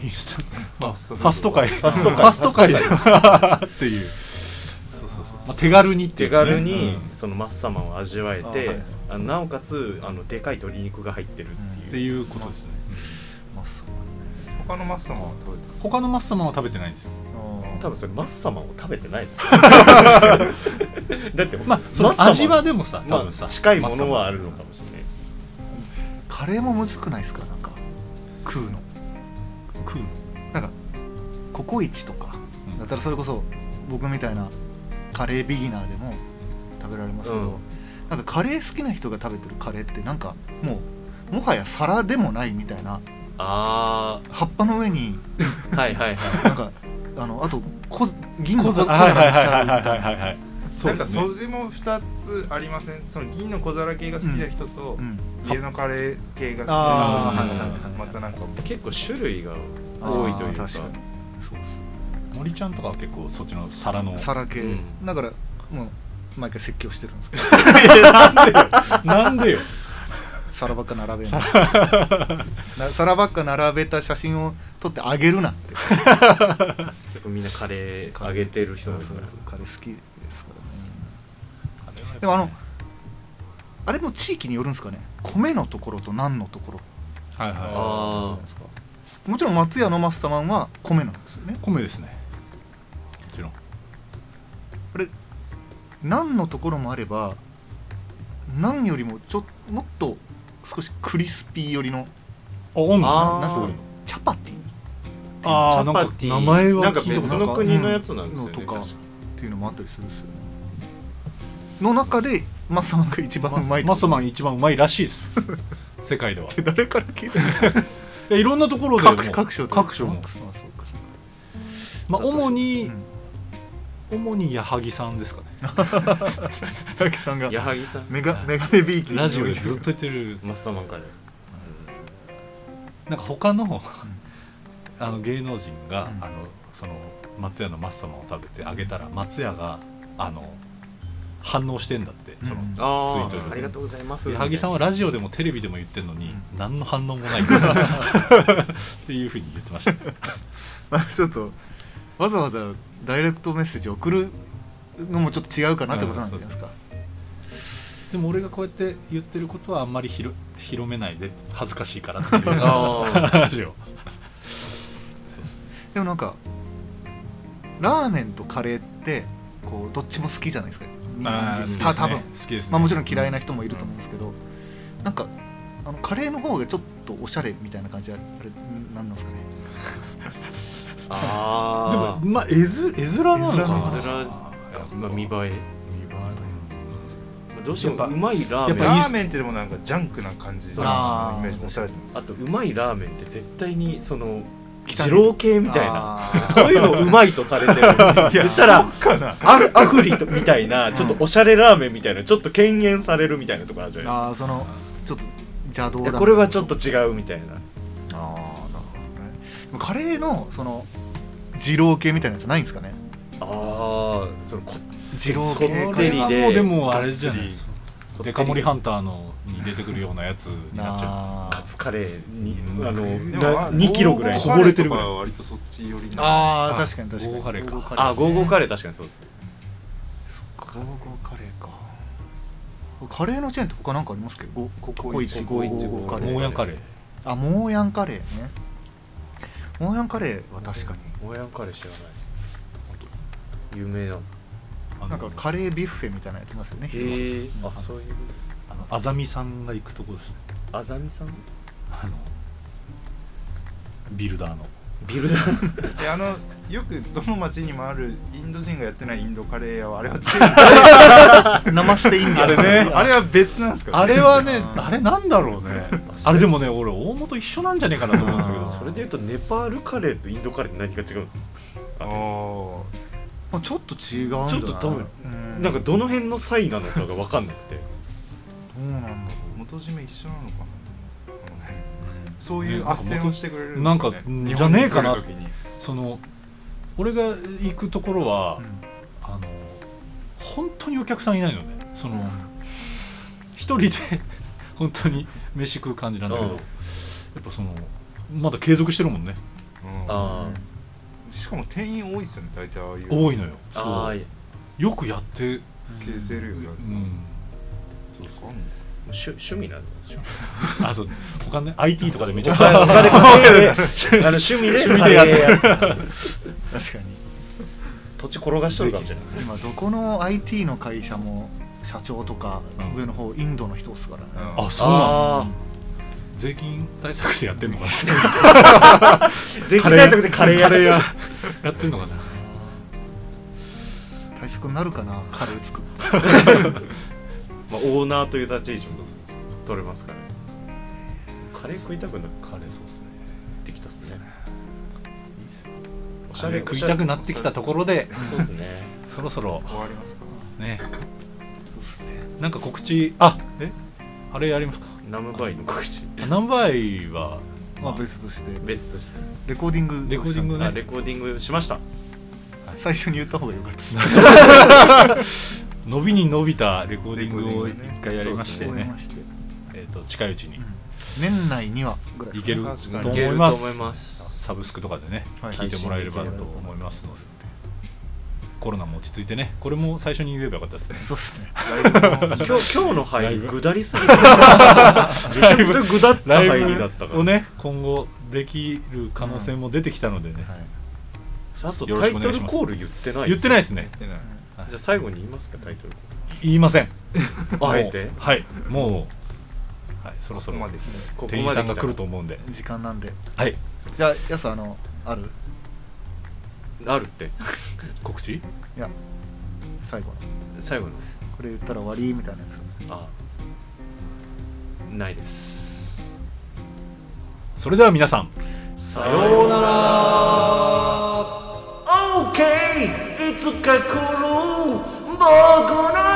Speaker 2: いインスタまあ
Speaker 4: ファス
Speaker 2: フ
Speaker 4: トフード
Speaker 2: ァスト界フ
Speaker 1: ァスト界
Speaker 2: ファスト界だよ *laughs* っていうそうそうそう、まあ、手軽にってい
Speaker 1: 手
Speaker 2: うね、
Speaker 1: 軽に
Speaker 2: うん
Speaker 1: そのマッサマンを味わえ
Speaker 3: あはいはい
Speaker 1: てあなおかつあのでかい鶏肉が入ってる
Speaker 2: っ
Speaker 1: ってていう
Speaker 2: いうことですね
Speaker 3: マッサ
Speaker 4: 他のマッサマンは食べた
Speaker 2: 他のマッサマンは食べてないんですよ
Speaker 3: マン
Speaker 1: 多分それマッサマンを食べてないですよだって
Speaker 2: まあその
Speaker 1: マッサマン
Speaker 2: 味はでもさ
Speaker 1: ま
Speaker 2: 多
Speaker 1: あ
Speaker 2: 分さ、
Speaker 1: 近いものはあるのかもしれない
Speaker 3: カレーもむずくないですかなんか食うの
Speaker 2: 食うの
Speaker 3: ココイチとか、
Speaker 2: うん
Speaker 3: だったらそれこそ僕みたいなカレービギナーでも食べられますけど、
Speaker 1: うん
Speaker 3: なんかカレー好きな人が食べてるカレーってなんかもうもはや皿でもないみたいな
Speaker 1: あ
Speaker 3: 葉っぱの上に
Speaker 1: あはいはいはい
Speaker 3: なんか *laughs* あのあとこ銀の小
Speaker 2: 小
Speaker 3: 皿
Speaker 2: 皿
Speaker 3: が
Speaker 2: はい
Speaker 3: めっち
Speaker 2: はい
Speaker 3: ゃあ
Speaker 2: は
Speaker 3: る
Speaker 2: いはい
Speaker 3: みた
Speaker 2: い
Speaker 3: な
Speaker 2: はいはいそ
Speaker 4: な
Speaker 2: うんで
Speaker 4: か
Speaker 2: すね
Speaker 4: それも2つありませんその銀の小皿系が好きな人と
Speaker 3: うん
Speaker 4: 家のカレー系が好き
Speaker 3: あ
Speaker 2: ーはい
Speaker 4: な
Speaker 2: はい
Speaker 4: 人
Speaker 3: はい
Speaker 4: とまたなんか
Speaker 1: 結構種類が
Speaker 3: あー
Speaker 1: 多いというか
Speaker 3: 確かにそうです
Speaker 2: 森ちゃんとかは結構そっちの皿の
Speaker 3: 皿系、
Speaker 1: うん
Speaker 3: だからもう毎回説教してるんで
Speaker 2: *laughs*
Speaker 3: すけど
Speaker 2: なんでよ
Speaker 3: 皿ばっか並べんなな皿ばっか並べた写真を撮ってあげるなって
Speaker 1: 結構みんなカレーあげてる人ですから
Speaker 3: カレー好きですからねでもあのあれも地域によるんですかね米のところと何のところ
Speaker 2: はいは
Speaker 1: あ
Speaker 3: なんですかもちろん松屋のマスターマンは米なんですよね
Speaker 2: い米ですねもちろん
Speaker 3: あれ何のところもあれば何よりもちょもっと少しクリスピー寄り
Speaker 2: あ、
Speaker 3: の
Speaker 2: 温度
Speaker 1: あー
Speaker 3: なんかチャパティっ
Speaker 2: あーなんか
Speaker 1: チャパティ
Speaker 2: 名前は
Speaker 1: なんか
Speaker 2: 聞いた
Speaker 1: 別
Speaker 2: こ
Speaker 1: の
Speaker 2: とない
Speaker 1: 国のやつなんですよね
Speaker 3: うんのとか
Speaker 1: 確か
Speaker 3: ていうのもあったりするんですよねの中でマスターマンが一番うまい
Speaker 2: ママスマ
Speaker 3: ン
Speaker 2: ン一番うまいらしいです世界では
Speaker 3: 誰から聞い
Speaker 2: *laughs*
Speaker 3: たの
Speaker 2: いやいろんなところでも
Speaker 3: 各各所で
Speaker 2: 各所も
Speaker 3: あ、そうかそうか
Speaker 2: まあ、主に、
Speaker 3: うん
Speaker 2: 主に矢作さんですかね
Speaker 3: 矢作さんが
Speaker 1: 矢作さん
Speaker 3: メガメガネビーキ
Speaker 2: ラジオでずっと言ってる
Speaker 1: マッサマンカレー
Speaker 2: なんか他の *laughs* あの芸能人が、
Speaker 3: うん
Speaker 2: あのその松屋のマッサマンを食べてあげたら松屋があの反応してんだってその、
Speaker 3: うん
Speaker 2: ツ
Speaker 1: あ
Speaker 2: イート
Speaker 1: あありがとうございます
Speaker 2: 矢作さん
Speaker 1: は
Speaker 2: はラジオでもテレビでも言ってるのに、
Speaker 3: う
Speaker 2: 何の反応も *laughs* ないっていうふうに言ってました
Speaker 3: まあちょっとわざわざダイレクトメッセージ送るのもちょっと違うかなってことなんじゃないですか
Speaker 2: でも俺がこうやって言ってることはあんまり広広めないで恥ずかしいからっていう
Speaker 1: あ
Speaker 2: 話を
Speaker 3: でもなんかラーメンとカレーってこうどっちも好きじゃないですか日本人
Speaker 2: あー好きですね
Speaker 3: た多分、
Speaker 2: 好きですね
Speaker 3: まあ、もちろん嫌いな人もいると思うんですけど、なんかあのカレーの方がちょっとおしゃれみたいな感じあれんなんなんですかね
Speaker 2: で
Speaker 1: あ
Speaker 2: もまあ絵づ絵面なのかな
Speaker 1: 絵面まあ見栄え
Speaker 2: 見栄
Speaker 1: まあどうしても
Speaker 5: やっ
Speaker 1: う
Speaker 5: ぱ
Speaker 1: まいラー
Speaker 2: やっ
Speaker 1: メン
Speaker 2: ぱ
Speaker 4: ラーメンってでもなんかジャンクな感じのイメ
Speaker 3: あー
Speaker 4: ージでおしゃれてます
Speaker 1: あとうまいラーメンって絶対にその
Speaker 3: 汚い
Speaker 1: 二郎系みたいな
Speaker 3: あー
Speaker 1: そういうのうまいとされてる言ったらアフアフリみたいなちょっとおしゃれラーメンみたいなちょっと敬遠されるみたいなとこあるじゃない
Speaker 3: あーそのちょっと邪道
Speaker 1: です
Speaker 3: だ
Speaker 1: かこれはちょっと違うみたいな
Speaker 3: ああなるほどねでもカレーのその二郎系みたいなやつないんですかね
Speaker 1: ああそのこ
Speaker 3: 二郎
Speaker 1: そ
Speaker 3: 系
Speaker 1: こ
Speaker 3: カ
Speaker 2: これ
Speaker 3: レー
Speaker 2: はもうでもあれじゃない
Speaker 1: こってり
Speaker 2: デカ盛りハンターのに出てくるようなやつになっちゃ
Speaker 3: あ
Speaker 1: カ
Speaker 3: ー
Speaker 1: ツカレーに
Speaker 2: うん
Speaker 1: あの
Speaker 4: でもま
Speaker 1: な
Speaker 4: あ
Speaker 1: 2キロぐらい
Speaker 4: ゴーゴーカレーとかは割とそっち寄りな
Speaker 3: あー
Speaker 2: はい
Speaker 3: 確かに確かに
Speaker 2: ゴーゴーカレーか
Speaker 1: あゴーゴーカ
Speaker 3: レ
Speaker 1: レー
Speaker 3: ーね
Speaker 1: 確かにそうです
Speaker 3: ゴーゴーカレーかカレーのチェーンって他なんかありますっけどココイチゴーゴーカ
Speaker 2: う
Speaker 3: レ
Speaker 2: モ
Speaker 3: ー
Speaker 2: ーヤンカレー
Speaker 3: あモーヤンカレーねモーヤンカレーは確かに
Speaker 1: モーヤンカレー知らないです有名なんですか
Speaker 2: あ
Speaker 3: なんか
Speaker 2: の
Speaker 3: カレービュッフェみたいなのやってますよね
Speaker 1: へえ
Speaker 3: 広瀬さん
Speaker 1: あそういう
Speaker 2: あのあざみさんが行くとこですね
Speaker 1: あざみさん
Speaker 2: あのビルダーの
Speaker 1: ビルダー
Speaker 4: であのよくどの町にもあるインド人がやってないインドカレー屋はあ
Speaker 2: *laughs*
Speaker 4: れは違う
Speaker 3: ナマステインディアン
Speaker 4: あれは別なんですか
Speaker 2: あれはね
Speaker 3: あー
Speaker 2: あれなんだろうねあれでもね俺大元一緒なんじゃねえかなと思うんだけ
Speaker 3: あ
Speaker 2: ど
Speaker 3: ー
Speaker 1: それでいうとネパールカレーとインドカレーって何が違うんですか
Speaker 4: あー
Speaker 3: まあちょっと違うんだな
Speaker 1: ちょっと多分
Speaker 3: うん
Speaker 1: なんか
Speaker 3: ど
Speaker 1: どの辺の差異なのかが分かんなくて
Speaker 3: うなんだ
Speaker 4: 元締め一緒なのかなあのねそう
Speaker 2: ね
Speaker 4: いう
Speaker 2: なんか
Speaker 4: 斡
Speaker 2: 元
Speaker 4: 旋をしてくれる
Speaker 2: なんか
Speaker 4: です
Speaker 2: うん
Speaker 4: ね
Speaker 2: じゃねえかな
Speaker 4: 日本に来る時に
Speaker 2: その俺が行くところは、
Speaker 3: うん
Speaker 2: あの本当にお客さんいないのねその一人で *laughs* 本当に飯食う感じなんだけど、
Speaker 1: うん
Speaker 2: やっぱそのまだ継続してるもんね
Speaker 4: うん
Speaker 1: あ
Speaker 4: しかも店員多いですよね大体ああいう
Speaker 2: 多いのよ
Speaker 1: ーあ
Speaker 2: そう
Speaker 1: ー
Speaker 2: よくやって
Speaker 4: 消えてるよね
Speaker 2: う
Speaker 1: *laughs*
Speaker 2: ん
Speaker 4: そうそう
Speaker 1: 趣趣味なんですよ
Speaker 2: あそう他ね IT とかでめちゃくちゃ
Speaker 1: 他でカレーであの趣味でカレーやる
Speaker 3: 確かに
Speaker 1: 土地転がしとるかもしれない
Speaker 3: 今どこの IT の会社も社長とか
Speaker 2: うん
Speaker 3: 上の方インドの人ですからね
Speaker 2: あそうなの
Speaker 1: あ
Speaker 2: 税金対策でやってんのかな
Speaker 1: ー *laughs* 税金対策でカレーやる
Speaker 2: ややってんのかな
Speaker 3: 対策になるかなカレー作って
Speaker 1: まあ、オーナーという立ち位置も取れますからねカレー食いたくなっ
Speaker 2: カレーそうですね
Speaker 1: てきたっすね
Speaker 2: いいっす
Speaker 1: *laughs* お
Speaker 2: お
Speaker 1: し
Speaker 2: し
Speaker 1: ゃ
Speaker 2: ゃ
Speaker 1: れ
Speaker 2: れ食いたくなってきたところで
Speaker 1: そうですね
Speaker 2: そろそろ
Speaker 4: 終わりますか
Speaker 2: ねなんか告知あえあれやりますか
Speaker 1: ナムバイの告知
Speaker 2: あナンバイは
Speaker 3: まあ別として
Speaker 1: 別として、
Speaker 3: レコーディング
Speaker 2: レコーディングね
Speaker 1: あレコーディングしました
Speaker 3: 最初に言った方が良かったです
Speaker 2: *laughs* 伸びに伸びたレコーディングを
Speaker 4: レコーディングね
Speaker 2: 一回やりまして
Speaker 3: 思い
Speaker 2: ね
Speaker 3: まして
Speaker 2: えっと近いうちに
Speaker 3: 年内にはぐらい
Speaker 2: いける
Speaker 4: 確かに
Speaker 2: と
Speaker 1: いけ
Speaker 2: 思い
Speaker 1: る
Speaker 2: ま
Speaker 1: と思い
Speaker 2: す
Speaker 1: ます
Speaker 2: サブスクとかでね
Speaker 3: はい
Speaker 2: 聞いてもらえればと思いますのでコロナも落ち着いてねこれも最初に言えばよかったですね
Speaker 3: そうですね *laughs*
Speaker 1: 今日今日の
Speaker 2: ラ
Speaker 1: 入
Speaker 2: イ
Speaker 1: り
Speaker 2: ブ
Speaker 1: ぐだりすぎてめちゃくちゃぐだった
Speaker 2: ラ
Speaker 1: 入
Speaker 2: イ
Speaker 1: りだったか
Speaker 2: ブ
Speaker 1: ら、
Speaker 2: をね今後できる可能性も出てきたのでね
Speaker 3: はい
Speaker 1: あと
Speaker 2: よろ
Speaker 1: タ
Speaker 2: し
Speaker 1: イ
Speaker 2: くお
Speaker 1: ト
Speaker 2: 願
Speaker 1: ル
Speaker 2: いします
Speaker 1: コール言ってない
Speaker 2: 言ってないですね
Speaker 4: 出
Speaker 2: *laughs*
Speaker 4: ない
Speaker 1: じゃあ最後に言いますかタイトル
Speaker 2: 言いません
Speaker 1: コールあえて
Speaker 2: もうはいもう、はい、そろそ
Speaker 4: そ
Speaker 2: ろ
Speaker 4: こまで
Speaker 1: ここ
Speaker 2: 店員
Speaker 1: まで
Speaker 2: さんが来ると思うんで
Speaker 3: 時間なんで
Speaker 2: はい
Speaker 3: じゃあやすあのある
Speaker 1: あるって
Speaker 2: 告知
Speaker 3: いや最後の
Speaker 1: 最後の
Speaker 3: これ言ったら終わりみたいなやつ
Speaker 1: あないです
Speaker 2: それでは皆さん
Speaker 1: さようなら OK いつか来る僕の